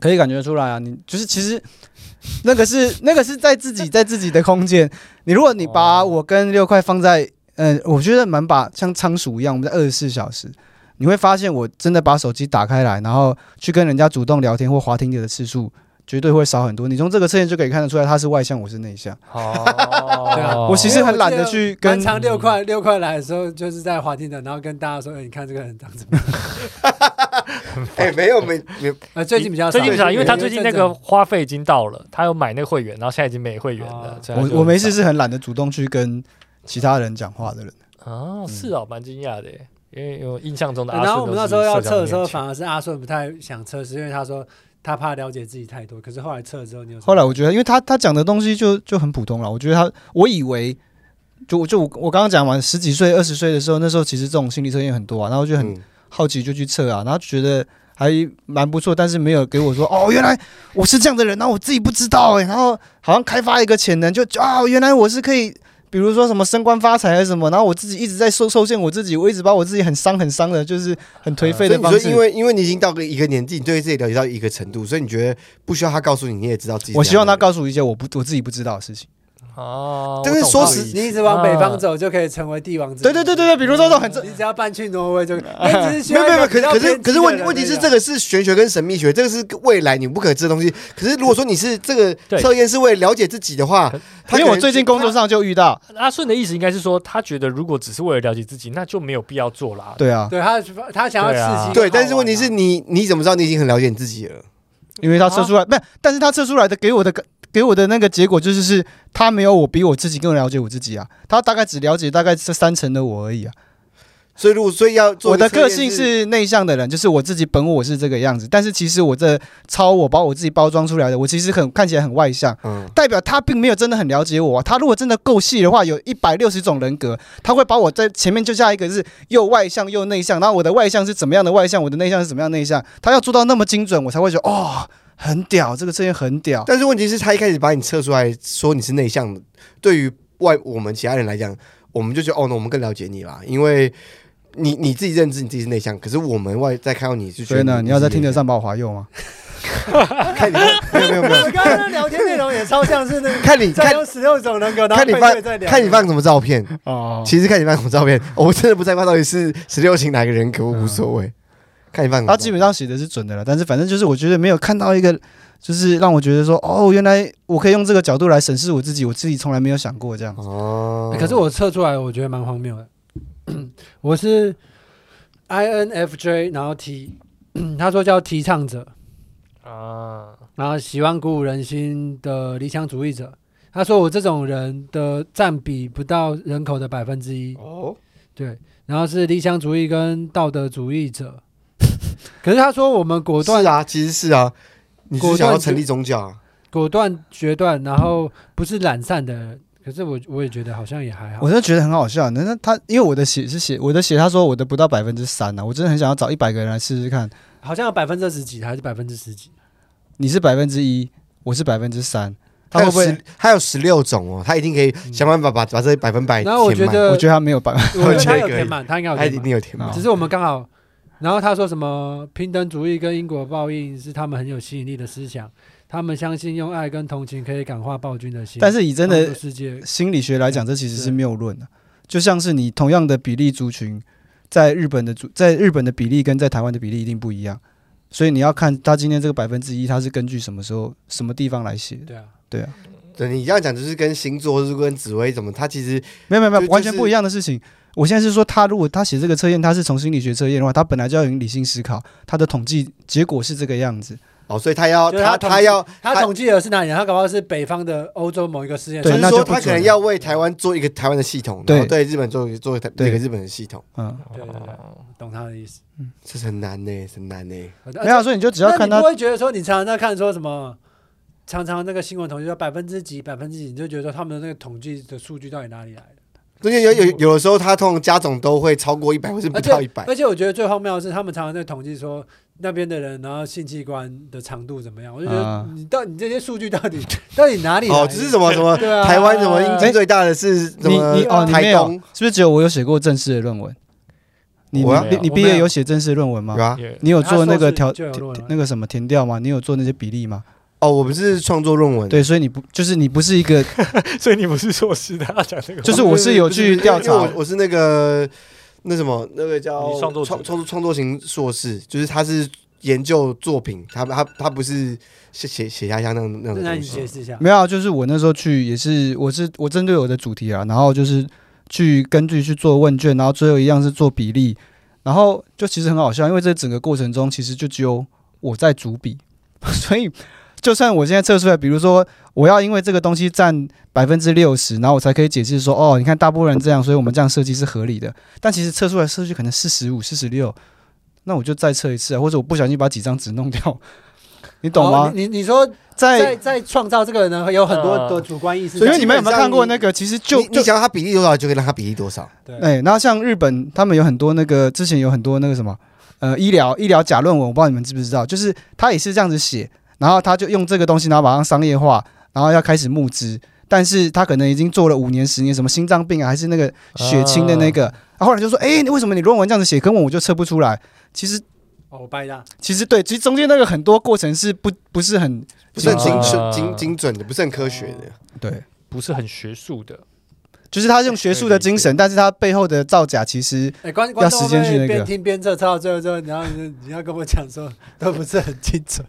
[SPEAKER 3] 可以感觉出来啊。你就是其实那个是那个是在自己在自己的空间。你如果你把
[SPEAKER 4] 哦
[SPEAKER 3] 我跟六块放在，嗯、我觉得蛮把像仓鼠一样，我们在二十四小时。你会发现，我真的把手机打开来，然后去跟人家主动聊天或滑听的次数，绝对会少很多。你从这个测验就可以看得出来，他是外向，我是内向。
[SPEAKER 4] 哦，
[SPEAKER 1] 对啊
[SPEAKER 3] 我其实很懒得去跟
[SPEAKER 1] 蛮长六块六块来的时候，就是在滑梯的，然后跟大家说：“哎，你看这个人长怎么样
[SPEAKER 2] 哎、没有没没，？”
[SPEAKER 1] 呃，最近比较少
[SPEAKER 4] 最近比较少，因为他最近那
[SPEAKER 1] 有
[SPEAKER 4] 个
[SPEAKER 1] 一阵子
[SPEAKER 4] 花费已经到了，他有买那个会员，然后现在已经没会员了
[SPEAKER 1] 哦。
[SPEAKER 4] 所以
[SPEAKER 2] 啊
[SPEAKER 4] 他就
[SPEAKER 3] 我我没事是很懒得主动去跟其他人讲话的人。
[SPEAKER 4] 啊，是哦，蛮惊讶的耶，因为我印象中呃的阿
[SPEAKER 1] 然后我们那时候要测的时候，
[SPEAKER 4] 反
[SPEAKER 1] 反而是阿顺不太想测，是因为他说他怕了解自己太多。可是后来测了之后，你有什么
[SPEAKER 3] 后来我觉得，因为他他讲的东西就就很普通了，我觉得他我以为。就就我我刚刚讲完十几岁二十岁的时候，那时候其实这种心理测验很多啊，然 后就很
[SPEAKER 2] 嗯
[SPEAKER 3] 好奇就去测啊，然后觉得还蛮不错，但是没有给我说哦，原来我是这样的人，然后我自己不知道哎、然后好像开发一个潜能，就就啊，原来我是可以，比如说什么升官发财还是什么，然后我自己一直在受受限我自己，我一直把我自己很伤很伤的，就是很颓
[SPEAKER 2] 啊所
[SPEAKER 3] 废
[SPEAKER 2] 以
[SPEAKER 3] 的
[SPEAKER 2] 你
[SPEAKER 3] 方
[SPEAKER 2] 说
[SPEAKER 3] 式。
[SPEAKER 2] 因为因为你已经到个一个年纪，你对自己了解到一个程度，所以你觉得不需要他告诉你，你也知道自己。
[SPEAKER 3] 我希望他，告诉我一些我不我自己不知道的事情。
[SPEAKER 4] 哦，
[SPEAKER 2] 但是
[SPEAKER 4] 我懂
[SPEAKER 2] 说
[SPEAKER 4] 他的
[SPEAKER 2] 实
[SPEAKER 4] 意思
[SPEAKER 1] 你一直往北方走，就可以成为帝王之。
[SPEAKER 3] 对对对对对，比如说这种很正，
[SPEAKER 1] 你只要搬去挪威就可以。那只是需
[SPEAKER 2] 没有
[SPEAKER 1] 要
[SPEAKER 2] 没有，没有
[SPEAKER 1] 一个
[SPEAKER 2] 可
[SPEAKER 1] 比
[SPEAKER 2] 是
[SPEAKER 1] 较
[SPEAKER 2] 可是
[SPEAKER 1] 偏
[SPEAKER 2] 可
[SPEAKER 1] 激
[SPEAKER 2] 是
[SPEAKER 1] 的
[SPEAKER 2] 问
[SPEAKER 1] 人
[SPEAKER 2] 问题
[SPEAKER 1] 而
[SPEAKER 2] 是
[SPEAKER 1] 已啊
[SPEAKER 2] 这个是玄学跟神秘学，这个是未来你不可知的东西。可是如果说你是这个
[SPEAKER 4] 对
[SPEAKER 2] 测验是为了了解自己的话，他
[SPEAKER 3] 因为
[SPEAKER 2] 可
[SPEAKER 3] 我
[SPEAKER 2] 能
[SPEAKER 3] 最近工作上就遇到，
[SPEAKER 4] 阿顺的意思应该是说，他觉得如果只是为了了解自己，那就没有必要做啦。
[SPEAKER 3] 对啊，
[SPEAKER 1] 对他他想要
[SPEAKER 4] 对啊
[SPEAKER 1] 刺激。
[SPEAKER 2] 对，但是问题是你你怎么知道你已经很了解你自己了？
[SPEAKER 3] 因为他测
[SPEAKER 2] 啊
[SPEAKER 3] 出来，不是，但是他测出来的给我的给我的那个结果就是是，他没有我比我自己更了解我自己啊，他大概只了解大概这三成的我而已啊。
[SPEAKER 2] 所以如果所以要做
[SPEAKER 3] 我的
[SPEAKER 2] 一测验
[SPEAKER 3] 个性是内向的人，就是我自己本我是这个样子，但是其实我这超我把我自己包装出来的，我其实很看起来很外向，
[SPEAKER 2] 嗯。
[SPEAKER 3] 代表他并没有真的很了解我、啊。他如果真的够细的话，有一百六十种人格，他会把我在前面就下一个是又外向又内向，然后我的外向是怎么样的外向，我的内向是怎么样的内向，他要做到那么精准，我才会觉得哦，很屌，这个测验很屌。
[SPEAKER 2] 但是问题是，他一开始把你测出来说你是内向的，对于外我们其他人来讲，我们就觉得哦，那我们更了解你啦，因为你你自己认知你自己是内向，可是我们外在看到你是觉
[SPEAKER 3] 所
[SPEAKER 2] 得
[SPEAKER 3] 以呢，你要
[SPEAKER 2] 是
[SPEAKER 3] 在听
[SPEAKER 2] 内
[SPEAKER 3] 得
[SPEAKER 2] 向
[SPEAKER 3] 上把我划右吗？
[SPEAKER 2] 看你没有没 有没有，
[SPEAKER 1] 刚刚那聊天内容也超像是那个
[SPEAKER 2] 看 你
[SPEAKER 1] 再
[SPEAKER 2] 看
[SPEAKER 1] 有十六种人格，然后
[SPEAKER 2] 看你
[SPEAKER 1] 配对再
[SPEAKER 2] 放
[SPEAKER 1] 聊
[SPEAKER 2] 看你放什么照片，
[SPEAKER 3] 哦，
[SPEAKER 2] 其实看你放什么照片，我真的不在乎到底是十六型哪个人格，我无所谓，看你放什么
[SPEAKER 3] 他
[SPEAKER 2] 照片。
[SPEAKER 3] 基本上写的是准的了，但是反正就是我觉得没有看到一个，就是让我觉得说，哦，原来我可以用这个角度来审视我自己，我自己从来没有想过这样。
[SPEAKER 2] 哦
[SPEAKER 1] 欸，可是我测出来，我觉得蛮荒谬的。 我是 INFJ，然后 T，他说叫提倡者，
[SPEAKER 4] 啊，
[SPEAKER 1] 然后喜欢鼓舞人心的理想主义者。他说我这种人的占比不到人口的百分之一，
[SPEAKER 3] 哦，
[SPEAKER 1] 对，然后是理想主义跟道德主义者。 可是他说我们果
[SPEAKER 2] 是
[SPEAKER 1] 断、
[SPEAKER 2] 啊，其实是啊，你
[SPEAKER 1] 果
[SPEAKER 2] 是
[SPEAKER 1] 断
[SPEAKER 2] 想要
[SPEAKER 1] 决
[SPEAKER 2] 成立宗教啊？
[SPEAKER 1] 果断、决断，然后不是懒散的人。可是我我也觉得好像也还好
[SPEAKER 3] 我。真的觉得很好笑。那那他因为我的血是血，我的血他说我的不到百分之三啊呢，我真的很想要找一百个人来试试看。
[SPEAKER 1] 好像有百分之二十几还是百分之十几，
[SPEAKER 3] 你是百分之一，我是百分之三，
[SPEAKER 2] 他
[SPEAKER 3] 他会
[SPEAKER 2] 有
[SPEAKER 3] 不会？
[SPEAKER 2] 十，他有十六种哦，他一定可以想办法把把这百分百填
[SPEAKER 1] 然
[SPEAKER 2] 满。
[SPEAKER 1] 后我觉得
[SPEAKER 3] 我觉得他没有百，
[SPEAKER 1] 我觉得
[SPEAKER 2] 觉
[SPEAKER 1] 他
[SPEAKER 2] 得
[SPEAKER 1] 有
[SPEAKER 2] 可以
[SPEAKER 1] 填满，他应该有
[SPEAKER 2] 他一
[SPEAKER 1] 填满。
[SPEAKER 2] 定有填满
[SPEAKER 3] 好。
[SPEAKER 1] 只是我们刚好，然后他说什么平等主义跟因果报应是他们很有吸引力的思想，他们相信用爱跟同情可以感化暴君的心。
[SPEAKER 3] 但是以真
[SPEAKER 1] 帮助
[SPEAKER 3] 的
[SPEAKER 1] 世界
[SPEAKER 3] 心理学来讲，这其实是谬论的。就像是你同样的比例族群，在日本的族在日本的比例跟在台湾的比例一定不一样，所以你要看他今天这个百分之一，他是根据什么时候什么地方来写的。
[SPEAKER 1] 对啊，
[SPEAKER 3] 对啊，
[SPEAKER 2] 对你这样讲，就是跟星座，就是跟紫薇怎么，他其实
[SPEAKER 3] 没有没有没
[SPEAKER 2] 就
[SPEAKER 3] 有，
[SPEAKER 2] 就
[SPEAKER 3] 完全
[SPEAKER 2] 是
[SPEAKER 3] 不一样的事情。我现在是说，他如果他写这个测验，他是从心理学测验的话，他本来就要用理性思考，他的统计结果是这个样子。
[SPEAKER 2] 哦，所以他要
[SPEAKER 1] 就是
[SPEAKER 2] 他
[SPEAKER 1] 他
[SPEAKER 2] 他要，
[SPEAKER 1] 他统计的是哪里？他搞不好是北方的欧洲某一个实验
[SPEAKER 3] 对
[SPEAKER 1] 室。
[SPEAKER 2] 就是
[SPEAKER 3] 那
[SPEAKER 2] 说
[SPEAKER 3] 就不
[SPEAKER 2] 他可
[SPEAKER 3] 准
[SPEAKER 2] 能
[SPEAKER 3] 了
[SPEAKER 2] 要为台湾做一个台湾的系统，然后对日本做一个做一个
[SPEAKER 3] 对
[SPEAKER 2] 一个日本的系统，
[SPEAKER 3] 嗯，
[SPEAKER 1] 对对对，
[SPEAKER 4] 哦
[SPEAKER 1] 懂他的意思。
[SPEAKER 2] 这是很难呢，很难呢。
[SPEAKER 1] 没
[SPEAKER 3] 没有，啊所以你就只要看
[SPEAKER 1] 那你
[SPEAKER 3] 他
[SPEAKER 1] 不，会觉得说你常常在看说什么，常常那个新闻统计说百分之几百分之几，你就觉得说他们的那个统计的数据到底哪里来的？
[SPEAKER 2] 中间有有有的时候，他通常加总都会超过一百，或是不
[SPEAKER 1] 而
[SPEAKER 2] 到一
[SPEAKER 1] 且
[SPEAKER 2] 百。
[SPEAKER 1] 而且我觉得最荒谬的是，他们常常在统计说那边的人，然后性器官的长度怎么样，我就觉得
[SPEAKER 3] 啊
[SPEAKER 1] 你到你这些数据到底到底哪里来的？
[SPEAKER 2] 哦，只是什么什么
[SPEAKER 1] 对啊，
[SPEAKER 2] 台湾什么阴茎
[SPEAKER 1] 哎
[SPEAKER 2] 最大的是什
[SPEAKER 3] 你
[SPEAKER 2] 么
[SPEAKER 3] 你哦，你没
[SPEAKER 2] 台
[SPEAKER 3] 有，
[SPEAKER 2] 东
[SPEAKER 3] 是不是只有我有写过正式的论文？你
[SPEAKER 2] 我啊
[SPEAKER 3] 你你
[SPEAKER 1] 我
[SPEAKER 3] 毕
[SPEAKER 1] 没
[SPEAKER 3] 业
[SPEAKER 1] 有
[SPEAKER 3] 有写正式的论文吗
[SPEAKER 2] 有？啊？
[SPEAKER 4] 也
[SPEAKER 3] 你有做那个
[SPEAKER 1] 他硕
[SPEAKER 3] 调
[SPEAKER 1] 士就有论文
[SPEAKER 3] 那个什么填调吗？你有做那些比例吗？
[SPEAKER 2] 哦，我们是创作论文，
[SPEAKER 3] 对，所以你不就是你不是一 个，
[SPEAKER 4] 所以你不是硕士的，他讲这个话，
[SPEAKER 3] 就是我是有去调
[SPEAKER 2] 因为我
[SPEAKER 3] 查，
[SPEAKER 2] 哦我是那个那什么那个叫
[SPEAKER 4] 你创作者
[SPEAKER 2] 创创作创作型硕士，就是他是研究作品，他他他不是写写写下像那种那种
[SPEAKER 1] 那
[SPEAKER 2] 东
[SPEAKER 1] 你
[SPEAKER 2] 西
[SPEAKER 1] 解。释一下，
[SPEAKER 3] 没有啊，就是我那时候去也是，我是我针对我的主题啊，然后就是去根据去做问卷，然后最后一样是做比例，然后就其实很好笑，因为这整个过程中其实就只有我在主笔， 所以就算我现在测出来，比如说我要因为这个东西占百分之六十，然后我才可以解释说，哦，你看大部分人这样，所以我们这样设计是合理的，但其实测出来数据可能四十五、四十六，那我就再测一次、啊，或者我不小心把几张纸弄掉， 你懂吗？
[SPEAKER 1] 哦你你你说在在创造这个人呢，有很多的主观意识在，
[SPEAKER 2] 所以
[SPEAKER 3] 因为你们有没有看过
[SPEAKER 2] 基本上
[SPEAKER 3] 那个？其实就
[SPEAKER 2] 你
[SPEAKER 3] 就
[SPEAKER 2] 你想要他比例多少，就可以让他比例多少。
[SPEAKER 1] 对，
[SPEAKER 3] 哎、然后像日本，他们有很多那个之前有很多那个什么，呃，医疗医疗假论文，我不知道你们知不知道，就是他也是这样子写，然后他就用这个东西，然后马上商业化，然后要开始募资，但是他可能已经做了五年、十年，什么心脏病啊，还是那个血清的那个，
[SPEAKER 2] 啊
[SPEAKER 3] 然后后来就说，哎、你为什么你论文这样子写，跟我我就测不出来？其实
[SPEAKER 1] 哦，我掰的，
[SPEAKER 3] 其实对，其实中间那个很多过程是不不是很
[SPEAKER 2] 不是很精准、
[SPEAKER 4] 啊
[SPEAKER 2] 精精准的，不是很科学的。
[SPEAKER 3] 对。
[SPEAKER 4] 不是很学术的，
[SPEAKER 3] 就是他用学术的精神，但是他背后的造假其实
[SPEAKER 1] 哎，观观众
[SPEAKER 3] 时间去那
[SPEAKER 1] 会
[SPEAKER 3] 个
[SPEAKER 1] 边听边测，测到最后之后，然后你就你要跟我讲说都不是很精准，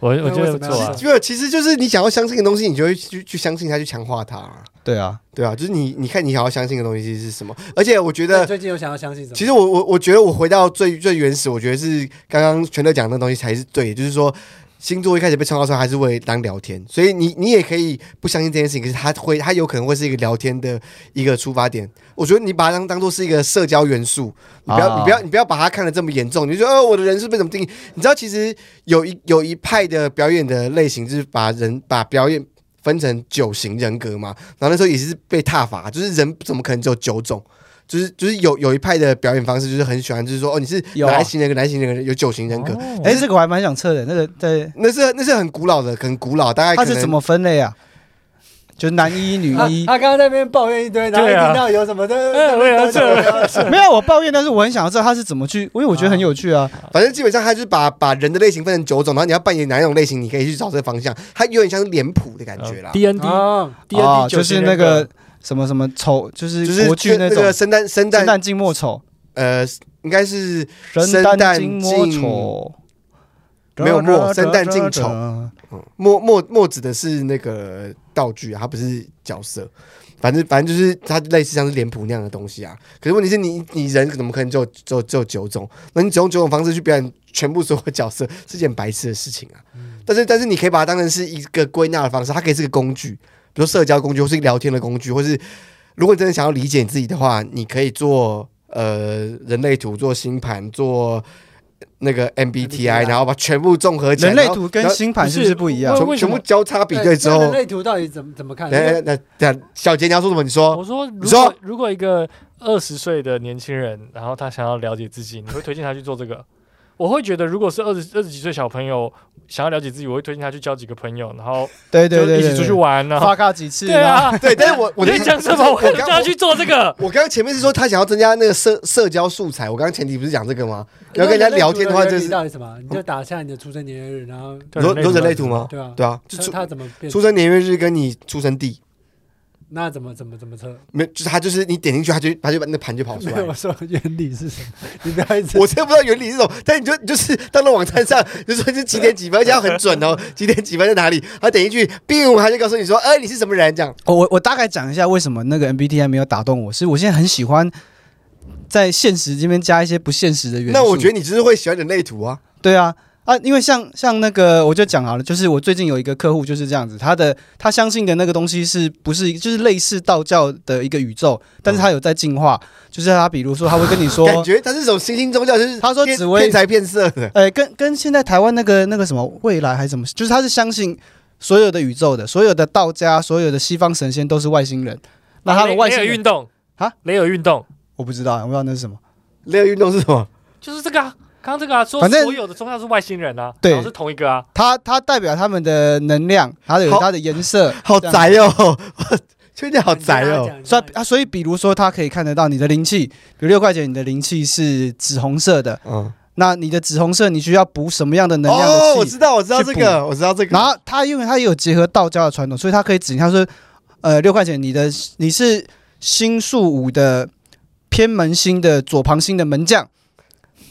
[SPEAKER 4] 我
[SPEAKER 1] 那
[SPEAKER 4] 我觉得
[SPEAKER 1] 为
[SPEAKER 4] 不
[SPEAKER 1] 什么
[SPEAKER 4] 错
[SPEAKER 1] 要
[SPEAKER 4] 啊
[SPEAKER 1] 是。
[SPEAKER 2] 没有，其实就是你想要相信的东西，你就会去去相信它，去强化它，
[SPEAKER 3] 对啊，
[SPEAKER 2] 对啊，就是你你看你想要相信的东西是什么？而且我觉
[SPEAKER 1] 那你
[SPEAKER 2] 得，
[SPEAKER 1] 最近有想要相信什么？
[SPEAKER 2] 其实我我我觉得我回到最最原始，我觉得是刚刚全乐讲的那东西才是对，就是说星座一开始被创造出来还是为了当聊天，所以你你也可以不相信这件事情，可是它会它有可能会是一个聊天的一个出发点。我觉得你把它当当做是一个社交元素，你不要、
[SPEAKER 3] 啊
[SPEAKER 2] 你不要你不要把它看得这么严重，你就说哦我的人是被怎么定义？你知道其实有一有一派的表演的类型就是把人把表演。分成九型人格嘛，然后那时候也是被挞伐，就是人怎么可能只有九种？就是就是有有一派的表演方式，就是很喜欢，就是说哦，你是
[SPEAKER 3] 有啊
[SPEAKER 2] 哪一型人格，哪一型人格，有九型人格，
[SPEAKER 4] 哦
[SPEAKER 3] 哎、这个我还蛮想测的，那个在
[SPEAKER 2] 那是那是很古老的，很古老，大概嗯可
[SPEAKER 3] 它是
[SPEAKER 2] 能啊
[SPEAKER 3] 怎么 分类啊？就男一女
[SPEAKER 1] 他
[SPEAKER 3] 一，
[SPEAKER 1] 他刚刚在那边抱怨一堆，然后一
[SPEAKER 4] 对啊
[SPEAKER 1] 听到有什么的，
[SPEAKER 4] 哎我也要测
[SPEAKER 3] 没有我抱怨，但是我很想要知道他是怎么去，因为我觉得很有趣啊。
[SPEAKER 2] 反正基本上他就是把把人的类型分成九种，然后你要扮演哪一种类型，你可以去找这个方向，它有点像是脸谱的感觉啦。
[SPEAKER 4] 呃 D N D
[SPEAKER 1] 哦，
[SPEAKER 4] D N
[SPEAKER 3] 哦
[SPEAKER 4] D
[SPEAKER 3] 就是那个什么什么丑，就是
[SPEAKER 2] 就是
[SPEAKER 3] 国剧
[SPEAKER 2] 那
[SPEAKER 3] 种
[SPEAKER 2] 个生旦生
[SPEAKER 3] 圣
[SPEAKER 2] 旦
[SPEAKER 3] 诞静默丑，
[SPEAKER 2] 呃，应该是
[SPEAKER 3] 圣诞静默丑，
[SPEAKER 2] 没有默圣诞静丑嗯墨墨墨指的是那个道具啊，它不是角色。反正反正就是它类似像是脸谱那样的东西啊。可是问题是你你人怎么可能只有只有只有九种？那你只用九种方式去表演全部所有角色，是件白痴的事情啊。但是但是你可以把它当成是一个归纳的方式，它可以是个工具，比如说社交工具，或是聊天的工具，或是如果你真的想要理解你自己的话，你可以做呃人类图、做星盘、做那个 MBTI，然后把全部综合起来，
[SPEAKER 3] 人类
[SPEAKER 2] 然后
[SPEAKER 3] 图跟
[SPEAKER 2] 然后
[SPEAKER 3] 星盘是不是不一样
[SPEAKER 4] 不？是
[SPEAKER 2] 全
[SPEAKER 4] 为什
[SPEAKER 2] 全
[SPEAKER 4] 么
[SPEAKER 2] 部交叉比对
[SPEAKER 1] 那
[SPEAKER 2] 之
[SPEAKER 1] 人
[SPEAKER 2] 后，哎
[SPEAKER 1] 类图到底怎么怎么看？
[SPEAKER 2] 等下等下等下小杰你要说什哦么？你说
[SPEAKER 4] 我说，如
[SPEAKER 2] 说
[SPEAKER 4] 果如果一个二十岁的年轻人，然后他想要了解自己，你会推荐他去做这个？我会觉得，如果是二十二十几岁小朋友想要了解自己，我会推荐他去交几个朋友，然后
[SPEAKER 3] 对对
[SPEAKER 4] 就
[SPEAKER 3] 对，
[SPEAKER 4] 一
[SPEAKER 3] 对
[SPEAKER 4] 起出去
[SPEAKER 3] 对
[SPEAKER 4] 玩呢、
[SPEAKER 3] 发卡几次，
[SPEAKER 4] 对，啊，
[SPEAKER 2] 啊对，但是我我
[SPEAKER 4] 你在讲什么？我
[SPEAKER 2] 我
[SPEAKER 4] 叫
[SPEAKER 2] 刚
[SPEAKER 4] 他去做这个。
[SPEAKER 2] 我刚刚前面是说他想要增加那个社社交素材，我刚刚前提不是讲这个吗？要跟人家聊天的话，就
[SPEAKER 1] 人类图原
[SPEAKER 2] 是嗯
[SPEAKER 1] 理到底什么？你就打下你的出生年月日，然后
[SPEAKER 2] 你说你说人类图吗？
[SPEAKER 1] 对啊，
[SPEAKER 2] 对啊，就
[SPEAKER 1] 那
[SPEAKER 2] 出
[SPEAKER 1] 他怎么变？
[SPEAKER 2] 出生年月日跟你出生地，
[SPEAKER 1] 那怎么怎么怎么测？
[SPEAKER 2] 没有就是他就是你点进去，他就他就把那个盘就跑 出
[SPEAKER 1] 没
[SPEAKER 2] 来
[SPEAKER 1] 有，
[SPEAKER 2] 了
[SPEAKER 1] 我。说原理是什么？你不要一直
[SPEAKER 2] 我真的不知道原理是什么，但你就你就是到那网站上，就说是几点几分，而且要很准哦，几点几分在哪里，他点进去，biu，他就告诉你说，哎、你是什么人这样。
[SPEAKER 3] 我我我大概讲一下为什么那个 MBTI 没有打动我，是我现在很喜欢在现实这边加一些不现实的元素。
[SPEAKER 2] 那我觉得你就是会喜欢人类图啊，
[SPEAKER 3] 对啊啊，因为像像那个我就讲好了，就是我最近有一个客户就是这样子，他的他相信的那个东西是不是就是类似道教的一个宇宙，但是他有在进化，就是他比如说他会跟你说。
[SPEAKER 2] 感觉他是种新兴宗教，就是
[SPEAKER 3] 他说
[SPEAKER 2] 骗
[SPEAKER 3] 紫薇
[SPEAKER 2] 骗财骗色的，
[SPEAKER 3] 呃，跟跟现在台湾那个那个什么未来还是什么，就是他是相信所有的宇宙的，所有的道家，所有的西方神仙都是外星人。那他们外
[SPEAKER 4] 雷
[SPEAKER 3] 星
[SPEAKER 4] 尔
[SPEAKER 3] 人
[SPEAKER 4] 运动
[SPEAKER 3] 啊，
[SPEAKER 4] 雷尔运动
[SPEAKER 3] 我不知道，我不知道那是什么。
[SPEAKER 2] 那个运动是什么？
[SPEAKER 4] 就是这个啊，刚刚这个啊，说
[SPEAKER 3] 反正
[SPEAKER 4] 所有的宗教是外星人啊，
[SPEAKER 3] 对
[SPEAKER 4] 然后是同一个啊，
[SPEAKER 3] 它它代表他们的能量，它有
[SPEAKER 2] 好
[SPEAKER 3] 它的颜色，
[SPEAKER 2] 好
[SPEAKER 3] 这样子
[SPEAKER 2] 宅哦， 确定好宅哦。，
[SPEAKER 3] 所以啊，所以比如说，它可以看得到你的灵气，比如六块钱，你的灵气是紫红色的，
[SPEAKER 2] 嗯，
[SPEAKER 3] 那你的紫红色你需要补什么样的能量
[SPEAKER 2] 哦，
[SPEAKER 3] 的
[SPEAKER 2] 我
[SPEAKER 3] 气？
[SPEAKER 2] 知道，我知道这
[SPEAKER 3] 去啊
[SPEAKER 2] 个，我知道这个。
[SPEAKER 3] 然后它因为它也有结合道家的传统，所以它可以指定它说，呃，六块钱，你的你是星宿五的偏门星的左旁星的门将。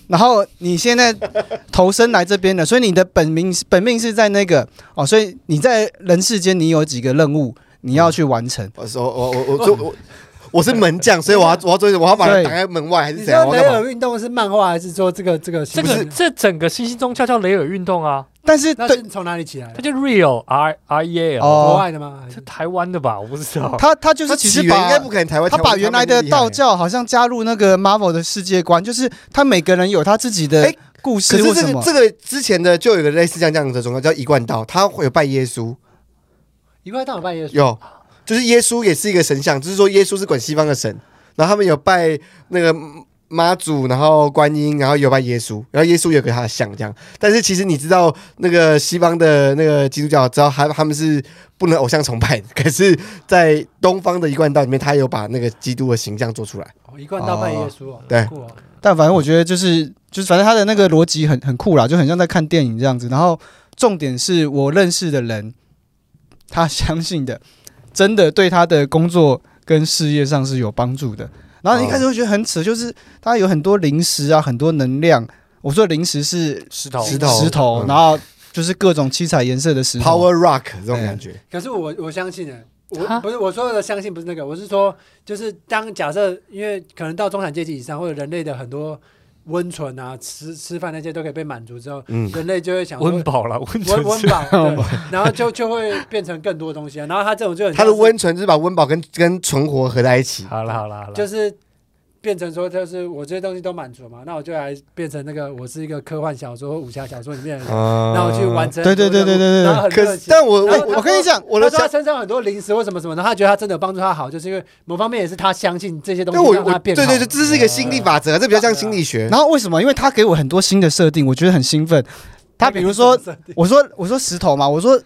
[SPEAKER 3] 然后你现在投身来这边了，所以你的本命本命是在那个哦，所以你在人世间你有几个任务你
[SPEAKER 2] 嗯
[SPEAKER 3] 要去完成，
[SPEAKER 2] 我说我我我我我我是门 将，所以我要我要做，我要把它
[SPEAKER 3] 对
[SPEAKER 2] 挡在门外还是
[SPEAKER 1] 你
[SPEAKER 2] 怎样？
[SPEAKER 1] 说
[SPEAKER 2] 我
[SPEAKER 1] 雷
[SPEAKER 2] 要干嘛？
[SPEAKER 1] 尔运动是漫画还是说这个这个形
[SPEAKER 4] 这个
[SPEAKER 1] 式？
[SPEAKER 4] 这整个新兴宗教叫雷尔运动啊，
[SPEAKER 3] 但是
[SPEAKER 1] 那
[SPEAKER 3] 对
[SPEAKER 1] 是从哪里起来
[SPEAKER 4] 它
[SPEAKER 1] 的？
[SPEAKER 4] 叫 Real R R E A L，
[SPEAKER 3] 哦
[SPEAKER 1] 国外的吗？还
[SPEAKER 4] 这
[SPEAKER 1] 是
[SPEAKER 4] 台湾的吧？我不知
[SPEAKER 2] 哦
[SPEAKER 4] 道。
[SPEAKER 3] 他他就是
[SPEAKER 2] 它
[SPEAKER 3] 其实
[SPEAKER 2] 起源应
[SPEAKER 3] 把
[SPEAKER 2] 该不可能台湾，
[SPEAKER 3] 他
[SPEAKER 2] 台湾
[SPEAKER 3] 把原来的道。教好像加入那个 Marvel 的世界观，就是他每个人有他自己的
[SPEAKER 2] 哎
[SPEAKER 3] 故事
[SPEAKER 2] 台湾
[SPEAKER 3] 或
[SPEAKER 2] 比较厉
[SPEAKER 3] 什
[SPEAKER 2] 害可
[SPEAKER 3] 么
[SPEAKER 2] 是。这个这个之前的就有一个类似像这样的宗教叫一贯道，他会有拜耶稣，
[SPEAKER 1] 一块到半夜说，
[SPEAKER 2] 有就是耶稣也是一个神像，就是说耶稣是管西方的神，然后他们有拜那个妈祖，然后观音，然后有拜耶稣，然后耶稣有给他的像这样。但是其实你知道那个西方的那个基督教，知道他他们是不能偶像崇拜的，可是，在东方的一贯道里面，他有把那个基督的形象做出来。
[SPEAKER 1] 哦一块到半夜说，
[SPEAKER 2] 对
[SPEAKER 1] 酷
[SPEAKER 4] 啊
[SPEAKER 1] 哦，
[SPEAKER 3] 但反正我觉得就是就是反正他的那个逻辑很很酷啦，就很像在看电影这样子。然后重点是我认识的人，他 相信的，真的对他的工作跟事业上是有帮助的。然后你一
[SPEAKER 2] 哦
[SPEAKER 3] 开始会觉得很扯，就是他有很多零食啊，很多能量。我说的零食是
[SPEAKER 4] 石头，
[SPEAKER 2] 石头
[SPEAKER 3] 石头，
[SPEAKER 2] 嗯
[SPEAKER 3] 然后就是各种七彩颜色的
[SPEAKER 1] 嗯
[SPEAKER 3] 石头。
[SPEAKER 2] Power Rock 这种感觉，
[SPEAKER 1] 可是我我相信的，欸
[SPEAKER 4] 哈
[SPEAKER 1] 我不是我说的相信不是那个，我是说就是当假设，因为可能到中产阶级以上，或者人类的很多温存啊、吃吃饭那些都可以被满足之后，
[SPEAKER 2] 嗯，
[SPEAKER 1] 人类就会想说
[SPEAKER 4] 温饱了，温
[SPEAKER 1] 温
[SPEAKER 4] 存
[SPEAKER 1] 温
[SPEAKER 4] 是
[SPEAKER 1] 饱，对然后就就会变成更多东西啊。然后他这种就很
[SPEAKER 2] 他
[SPEAKER 1] 像
[SPEAKER 2] 的
[SPEAKER 1] 是
[SPEAKER 2] 温存就是把温饱跟跟存活合在一起。
[SPEAKER 4] 好了好了好了，
[SPEAKER 1] 就是变成说，就是我这些东西都满足了嘛，那我就来变成那个我是一个科幻小说、武侠小说里面的人，
[SPEAKER 2] 啊
[SPEAKER 1] 然后嗯去完。成
[SPEAKER 3] 对
[SPEAKER 1] 很
[SPEAKER 3] 对
[SPEAKER 1] 多任务。
[SPEAKER 3] 对对对对
[SPEAKER 1] 然后很
[SPEAKER 2] 可
[SPEAKER 1] 热
[SPEAKER 2] 是，
[SPEAKER 1] 情。
[SPEAKER 2] 但我
[SPEAKER 1] 然后
[SPEAKER 2] 我
[SPEAKER 1] 他
[SPEAKER 3] 我跟你讲，
[SPEAKER 2] 我
[SPEAKER 1] 他
[SPEAKER 2] 的
[SPEAKER 1] 说他身上很多零食或什么什么的，他觉得他真的有帮助他好，就是因为某方面也是他相信这些东
[SPEAKER 2] 对
[SPEAKER 1] 西
[SPEAKER 2] 我
[SPEAKER 1] 让
[SPEAKER 2] 我
[SPEAKER 1] 他
[SPEAKER 2] 对
[SPEAKER 1] 变好。啊
[SPEAKER 2] 对对，这是一个心理法则，这比较像心理学。
[SPEAKER 3] 然后为什么？因为他给我很多新的设定，我觉得很兴奋。他比如说，我说我说石头嘛，我说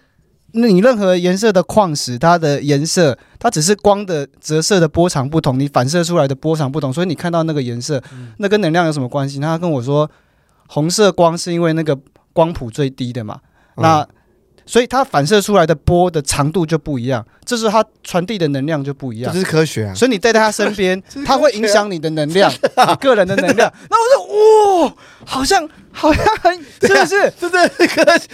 [SPEAKER 3] 那你任何颜色的矿石，它的颜色，它只是光的折射的波长不同，你反射出来的波长不同，所以你看到那个颜色，
[SPEAKER 1] 嗯
[SPEAKER 3] 那跟能量有什么关系？那他跟我说，红色光是因为那个光谱最低的嘛，
[SPEAKER 2] 嗯
[SPEAKER 3] 那所以它反射出来的波的长度就不一样，这是它传递的能量就不一
[SPEAKER 2] 这
[SPEAKER 3] 样
[SPEAKER 2] 就。是科学 啊。
[SPEAKER 3] 所以你待在他身边，他会影响你的能量，你个人的能量。那我就哇、好像好像很是不是？
[SPEAKER 2] 真的是科学，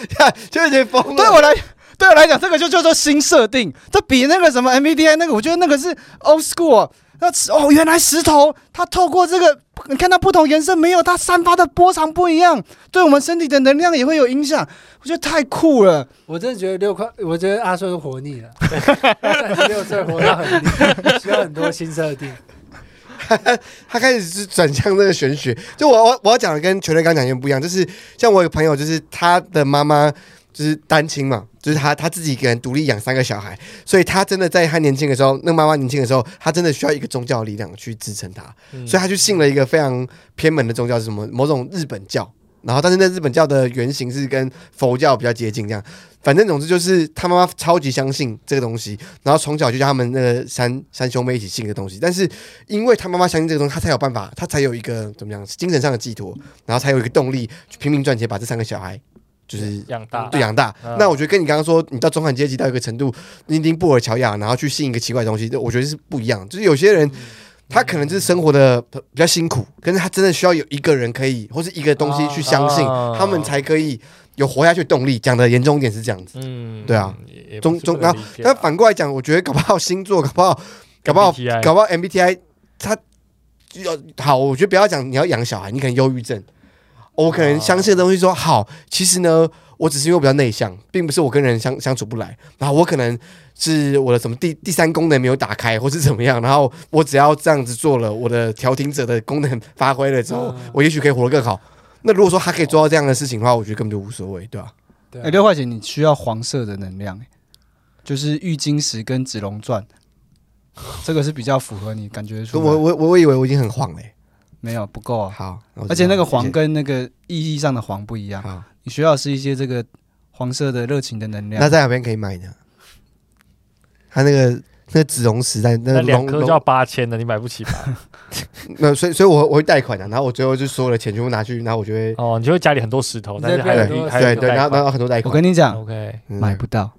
[SPEAKER 2] 就有点疯
[SPEAKER 3] 对
[SPEAKER 2] 了。
[SPEAKER 3] 我来对我来讲，这个就叫做新设定。这比那个什么 MBTI 那个，我觉得那个是 old school。那石哦，原来石头它透过这个，你看它不同颜色没有，它散发的波长不一样，对我们身体的能量也会有影响。我觉得太酷了，
[SPEAKER 1] 我真的觉得六块，我觉得阿顺活腻了，三十六岁活到很腻，需要很多新设定。
[SPEAKER 2] 他开始是转向那个玄学。就我我我要讲的跟全队刚讲的不一样，就是像我有朋友，就是他的妈妈就是单亲嘛，就是他他自己一个人独立养三个小孩，所以他真的在他年轻的时候，那妈妈年轻的时候，他真的需要一个宗教力量去支撑他，
[SPEAKER 4] 嗯
[SPEAKER 2] 所以他就信了一个非常偏门的宗教，是什么某种日本教。然后，但是那日本教的原型是跟佛教比较接近，这样。反正总之就是他妈妈超级相信这个东西，然后从小就叫他们那个三三兄妹一起信这个东西。但是因为他妈妈相信这个东西，他才有办法，他才有一个怎么样精神上的寄托，然后才有一个动力去拼命赚钱，把这三个小孩就是
[SPEAKER 4] 养大，
[SPEAKER 2] 哦对养大。
[SPEAKER 4] 嗯
[SPEAKER 2] 那我觉得跟你刚刚说，你到中产阶级到一个程度，你听布尔乔亚，然后去信一个奇怪的东西，这我觉得是不一样。就是有些人。
[SPEAKER 4] 嗯
[SPEAKER 2] 他可能就是生活的比较辛苦，可是他真的需要有一个人可以，或是一个东西去相信，
[SPEAKER 4] 啊
[SPEAKER 2] 他们才可以有活下去的动力。讲的严重一点是这样子，
[SPEAKER 4] 嗯，
[SPEAKER 2] 对啊
[SPEAKER 4] 也，也不
[SPEAKER 2] 中
[SPEAKER 4] 是不
[SPEAKER 2] 中，
[SPEAKER 4] 能
[SPEAKER 2] 然后
[SPEAKER 4] 理解啊
[SPEAKER 2] 但
[SPEAKER 4] 啦
[SPEAKER 2] 反过来讲，我觉得搞不好星座，搞不好，搞不好
[SPEAKER 4] MBTI
[SPEAKER 2] 搞不好 MBTI 它要好，我觉得不要讲你要养小孩，你可能忧郁症，我可能相信的东西说好，其实呢，我只是因为我比较内向，并不是我跟人相相处不来，然后我可能是我的什么第第三功能没有打开，或是怎么样，然后我只要这样子做了，我的调停者的功能发挥了之后，我也许可以活得更好。那如果说他可以做到这样的事情的话，我觉得根本就无所谓，对吧、
[SPEAKER 1] 对
[SPEAKER 3] 哎、
[SPEAKER 1] 啊、
[SPEAKER 3] 六块钱你需要黄色的能量、哎就是玉晶石跟紫龙钻，这个是比较符合你感觉
[SPEAKER 2] 所
[SPEAKER 3] 出
[SPEAKER 2] 以
[SPEAKER 3] 来。
[SPEAKER 2] 我我我我以为我已经很晃嘞、
[SPEAKER 3] 没有不够啊，
[SPEAKER 2] 好，
[SPEAKER 3] 而且那个黄
[SPEAKER 2] 跟
[SPEAKER 3] 跟那个意义上的黄不一样，
[SPEAKER 2] 好，
[SPEAKER 3] 你需要是一些这个黄色的热情的能量。
[SPEAKER 2] 那在哪边可以买呢？他那个那个紫龙石在那
[SPEAKER 4] 那
[SPEAKER 2] 个
[SPEAKER 4] 两
[SPEAKER 2] 龙
[SPEAKER 4] 颗就
[SPEAKER 2] 龙
[SPEAKER 4] 要八千的，你买不起吧？
[SPEAKER 2] 那，所以所以我我会贷款的、啊然后我最后就所有的钱全部拿去，然后我就会
[SPEAKER 4] 哦，你就会家里很多石头，
[SPEAKER 1] 你
[SPEAKER 4] 但是
[SPEAKER 1] 在
[SPEAKER 4] 还
[SPEAKER 1] 变
[SPEAKER 4] 有
[SPEAKER 1] 很
[SPEAKER 4] 一
[SPEAKER 1] 多
[SPEAKER 4] 还有
[SPEAKER 2] 对
[SPEAKER 4] 一
[SPEAKER 2] 对，
[SPEAKER 4] 个贷
[SPEAKER 2] 然后
[SPEAKER 4] 款
[SPEAKER 2] 然后很多贷
[SPEAKER 3] 我
[SPEAKER 2] 款，
[SPEAKER 3] 跟你讲，
[SPEAKER 4] OK，
[SPEAKER 2] 嗯
[SPEAKER 3] 买不到，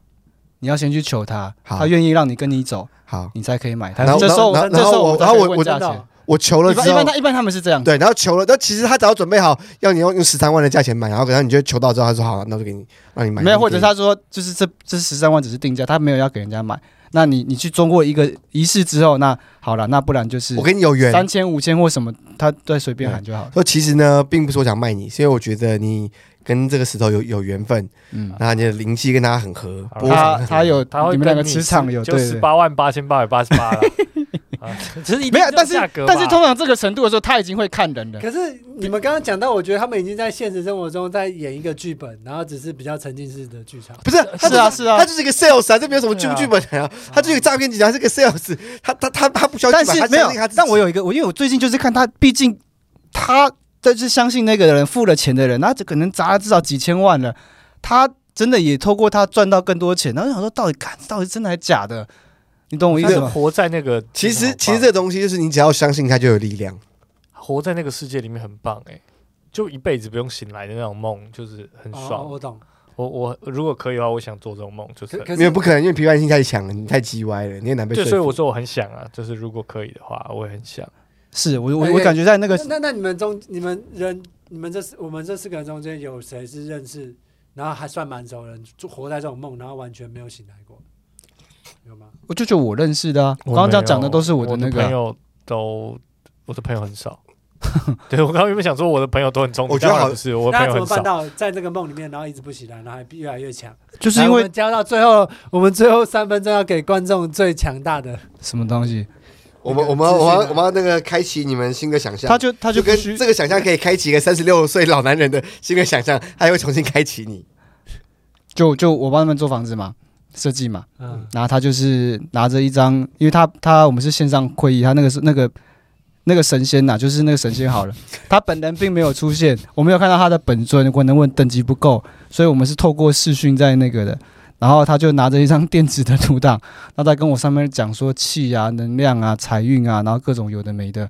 [SPEAKER 3] 你要先去求他，
[SPEAKER 2] 好
[SPEAKER 3] 他愿意让你跟你走，
[SPEAKER 2] 好，
[SPEAKER 3] 你才可以买它。
[SPEAKER 2] 然后
[SPEAKER 3] 这时候，
[SPEAKER 2] 然后
[SPEAKER 3] 这时候
[SPEAKER 2] 然后我
[SPEAKER 3] 我
[SPEAKER 2] 我
[SPEAKER 3] 们才
[SPEAKER 1] 真
[SPEAKER 3] 可以问价
[SPEAKER 1] 的
[SPEAKER 3] 钱
[SPEAKER 1] 哦。
[SPEAKER 2] 我求了
[SPEAKER 3] 一般
[SPEAKER 2] 之
[SPEAKER 3] 一
[SPEAKER 2] 后
[SPEAKER 3] 般，他一般他们是这样，
[SPEAKER 2] 对，然后求了，那其实他只要准备好要你用用十三万的价钱买，然后然后你就求到之后，他说好，那我就给你让你买，
[SPEAKER 3] 没有，或者
[SPEAKER 2] 给你
[SPEAKER 3] 是他说就是这这十三万只是定价，他没有要给人家买。那你你去中过一个仪式之后，那好了，那不然就是
[SPEAKER 2] 我跟你有缘，
[SPEAKER 3] 三千五千或什么，他再随便喊就好了。
[SPEAKER 2] 说其实呢，并不是我想卖你，是因为我觉得你跟这个石头有有缘分，
[SPEAKER 3] 嗯，
[SPEAKER 2] 然后你的灵气跟他很合，
[SPEAKER 4] 好
[SPEAKER 2] 波
[SPEAKER 3] 他
[SPEAKER 2] 长很
[SPEAKER 3] 他有
[SPEAKER 4] 他会
[SPEAKER 3] 你们两
[SPEAKER 4] 跟
[SPEAKER 3] 个磁场有
[SPEAKER 4] 就
[SPEAKER 3] 对
[SPEAKER 4] 十
[SPEAKER 3] 对。
[SPEAKER 4] 八万八千八百八十八了，啊 只是一定
[SPEAKER 3] 没有
[SPEAKER 4] 这，个
[SPEAKER 3] 但是
[SPEAKER 4] 价格吧
[SPEAKER 3] 但是通常这个程度的时候，他已经会看人了。
[SPEAKER 1] 可是你们刚刚讲到，我觉得他们已经在现实生活中在演一个剧本，然后只是比较沉浸式的剧场。
[SPEAKER 2] 不是，他
[SPEAKER 3] 是啊是啊
[SPEAKER 2] 他就是一个 sales 啊，这没有什么剧不剧本啊，他就是一个诈骗集团，他是个 sales，他他他他不需要
[SPEAKER 3] 但
[SPEAKER 2] 剧本，
[SPEAKER 3] 是
[SPEAKER 2] 他
[SPEAKER 3] 没有
[SPEAKER 2] 相信他，自己
[SPEAKER 3] 但我有一个，我因为我最近就是看他，毕竟他就是相信那个人付了钱的人，他这可能砸了至少几千万了，他真的也透过他赚到更多钱。然后我想说，到底看到底真的还假的？你懂我意
[SPEAKER 4] 但
[SPEAKER 3] 思
[SPEAKER 4] 是
[SPEAKER 3] 吗？
[SPEAKER 4] 活在那个，
[SPEAKER 2] 其
[SPEAKER 4] 真的
[SPEAKER 2] 实
[SPEAKER 4] 好
[SPEAKER 2] 其实
[SPEAKER 4] 棒
[SPEAKER 2] 这个东西就是你只要相信它就有力量，
[SPEAKER 4] 活在那个世界里面很棒哎、就一辈子不用醒来的那种梦，就是很
[SPEAKER 1] 哦，
[SPEAKER 4] 爽。
[SPEAKER 1] 我懂。
[SPEAKER 4] 我我如果可以的话，我想做这种梦，就是
[SPEAKER 1] 可可
[SPEAKER 2] 没
[SPEAKER 1] 是
[SPEAKER 2] 有不可能，因为批判性太强了，你太叽歪了，你也难被
[SPEAKER 4] 对，
[SPEAKER 2] 说
[SPEAKER 4] 所以
[SPEAKER 2] 服。
[SPEAKER 4] 我说我很想啊，就是如果可以的话，我也很想。
[SPEAKER 3] 是我我
[SPEAKER 1] 哎
[SPEAKER 3] 我感觉在那个
[SPEAKER 1] 那那那你们中你们人你们这四我们这四个人中间有谁是认识，然后还算蛮熟的人，就活在这种梦，然后完全没有醒来过，有吗？
[SPEAKER 3] 我就就我认识的啊，我刚刚这样讲的都是
[SPEAKER 4] 我
[SPEAKER 3] 我
[SPEAKER 4] 没
[SPEAKER 3] 的那
[SPEAKER 4] 有我
[SPEAKER 3] 个
[SPEAKER 4] 朋
[SPEAKER 3] 啊。
[SPEAKER 4] 友都，我的朋友很少。 对我刚刚原本想说我的朋友都很聪明，
[SPEAKER 2] 我觉得
[SPEAKER 4] 但后来
[SPEAKER 2] 好
[SPEAKER 4] 不是我的
[SPEAKER 1] 那
[SPEAKER 4] 朋
[SPEAKER 1] 他
[SPEAKER 4] 友
[SPEAKER 1] 怎么
[SPEAKER 4] 很
[SPEAKER 1] 办
[SPEAKER 4] 少。
[SPEAKER 1] 到在这个梦里面，然后一直不起来，然后还越来越强？
[SPEAKER 3] 就是因为
[SPEAKER 1] 教到最后，我们最后三分钟要给观众最强大的，
[SPEAKER 3] 什么东西，
[SPEAKER 2] 我们我们
[SPEAKER 1] 那个
[SPEAKER 2] 我
[SPEAKER 1] 资
[SPEAKER 2] 们
[SPEAKER 1] 讯啊
[SPEAKER 2] 我们要那个开启你们新的想象，
[SPEAKER 3] 他就他就
[SPEAKER 2] 就跟
[SPEAKER 3] 必须
[SPEAKER 2] 这个想象可以开启一个三十六岁老男人的新的想象，他还会重新开启你。
[SPEAKER 3] 就就我帮他们做房子嘛，设计嘛，
[SPEAKER 1] 嗯，
[SPEAKER 3] 然后他就是拿着一张，因为他他我们是线上会议，他那个是那个那个神仙呐、就是那个神仙好了，他本人并没有出现，我没有看到他的本尊，可能问等级不够，所以我们是透过视讯在那个的。然后他就拿着一张电子的图档，那在跟我上面讲说气啊、能量啊、财运啊，然后各种有的没的，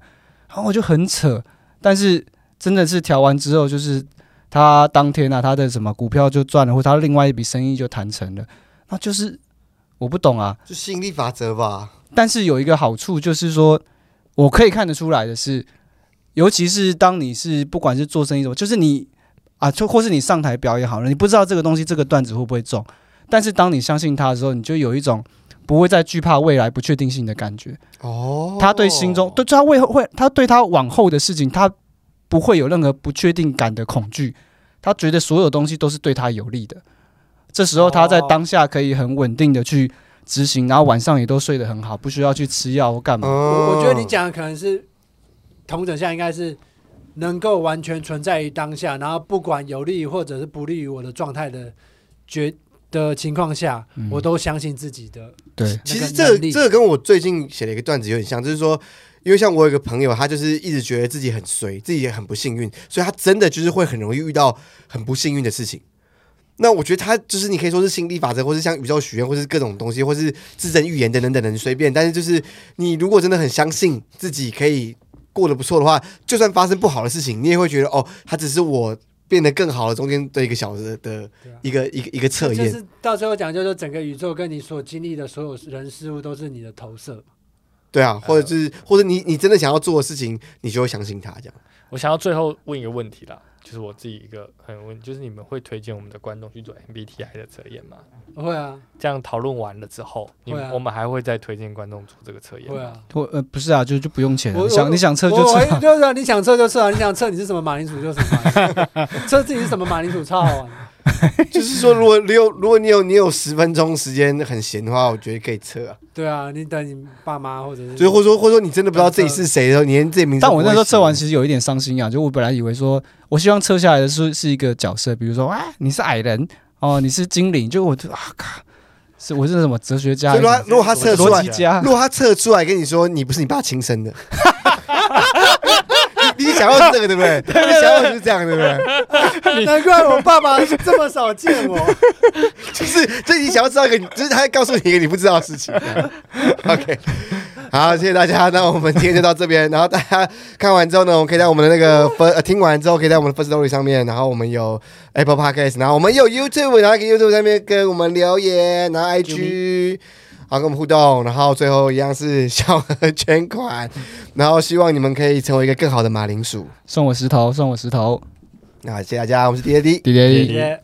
[SPEAKER 3] 然后我就很扯。但是真的是调完之后，就是他当天啊，他的什么股票就赚了，或他另外一笔生意就谈成了，那就是我不懂啊，
[SPEAKER 2] 就吸引力法则吧，
[SPEAKER 3] 但是有一个好处就是说，我可以看得出来的是，尤其是当你是不管是做生意什么，就是你啊，就或是你上台表演好了，你不知道这个东西这个段子会不会中，但是当你相信它的时候，你就有一种不会再惧怕未来不确定性的感觉。
[SPEAKER 2] 哦，
[SPEAKER 3] 他对心中，对，就他为会，他对他往后的事情，他不会有任何不确定感的恐惧。他觉得所有东西都是对他有利的。这时候他在
[SPEAKER 4] 哦
[SPEAKER 3] 当下可以很稳定的去执行，然后晚上也都睡得很好，不需要去吃药或干嘛。
[SPEAKER 1] 我
[SPEAKER 2] 哦，
[SPEAKER 1] 我觉得你讲的可能是同等下应该是能够完全存在于当下，然后不管有利或者是不利于我的状态的决的情况下，
[SPEAKER 3] 嗯
[SPEAKER 1] 我都相信自己的。
[SPEAKER 3] 对，
[SPEAKER 2] 其实
[SPEAKER 1] 那个
[SPEAKER 2] 这
[SPEAKER 1] 能力
[SPEAKER 2] 这个跟我最近写的一个段子有点像，就是说，因为像我有一个朋友，他就是一直觉得自己很衰，自己也很不幸运，所以他真的就是会很容易遇到很不幸运的事情。那我觉得他就是你可以说是心理法则，或是像宇宙许愿，或是各种东西，或是自证预言等等等等，随便。但是就是你如果真的很相信自己可以过得不错的话，就算发生不好的事情，你也会觉得哦，它只是我变得更好的中间的一个小时的
[SPEAKER 1] 对啊
[SPEAKER 2] 一个一个一个测
[SPEAKER 1] 就
[SPEAKER 2] 验。
[SPEAKER 1] 是到最后讲，就是整个宇宙跟你所经历的所有人事物都是你的投射。
[SPEAKER 2] 对
[SPEAKER 3] 呃
[SPEAKER 2] 啊，或者就是，或者你你真的想要做的事情，你就会相信他 这样。
[SPEAKER 4] 我想要最后问一个问题啦，就是我自己一个很问，就是你们会推荐我们的观众去做 MBTI 的测验吗？
[SPEAKER 1] 会啊，
[SPEAKER 4] 这样讨论完了之后，你们、
[SPEAKER 1] 会啊
[SPEAKER 4] 我们还会再推荐观众做这个测验吗？
[SPEAKER 1] 会啊。
[SPEAKER 3] 或呃不是啊，就就不用钱了，
[SPEAKER 1] 我
[SPEAKER 3] 你想
[SPEAKER 1] 我
[SPEAKER 3] 你想测就
[SPEAKER 1] 我
[SPEAKER 3] 测
[SPEAKER 1] 我
[SPEAKER 3] 啊。
[SPEAKER 1] 就是啊你想测就测啊，你想测你是什么马铃薯就什么马铃薯，测自己是什么马铃薯超好玩的。
[SPEAKER 2] 就是说，如果你有如果你有你有十分钟时间很闲的话，我觉得可以测啊。
[SPEAKER 3] 嗯
[SPEAKER 1] 对啊，你等你爸妈或者是
[SPEAKER 2] 就是或者说或者说你真的不知道自己是谁的时候，你连自己名字都
[SPEAKER 3] 但
[SPEAKER 2] 不
[SPEAKER 3] 我
[SPEAKER 2] 会写。
[SPEAKER 3] 那时候测完，其实有一点伤心啊，就我本来以为说，我希望测下来的是是一个角色，比如说啊，你是矮人哦，你是精灵，就我就啊靠，是我是什么哲学家
[SPEAKER 2] 所以
[SPEAKER 3] 还是
[SPEAKER 2] 如果他如
[SPEAKER 3] 什么，
[SPEAKER 2] 果他测出
[SPEAKER 3] 逻
[SPEAKER 2] 来
[SPEAKER 3] 辑，啊家
[SPEAKER 2] 如，果他测出来跟你说你不是你爸亲 生的，你你想要是这个对不对？你想要的就是这样对不对？
[SPEAKER 1] 难怪我爸爸这么少见我。
[SPEAKER 2] 就是就是你想要知道一个，就是他告诉你一个你不知道的事情。OK，好，谢谢大家，那我们今天就到这边。然后大家看完之后呢，我们可以在我们的那个分呃听完之后，可以在我们的 First Story 上面，然后我们有 Apple Podcast，然后我们有 YouTube，然后可以 YouTube 上面跟我们留言，然后 IG。好，跟我们互动，然后最后一样是小额捐款，然后希望你们可以成为一个更好的马铃薯。
[SPEAKER 3] 送我石头，送我石头，
[SPEAKER 2] 那谢谢大家，我们是 D A D。
[SPEAKER 3] 滴滴
[SPEAKER 4] 滴滴
[SPEAKER 1] 也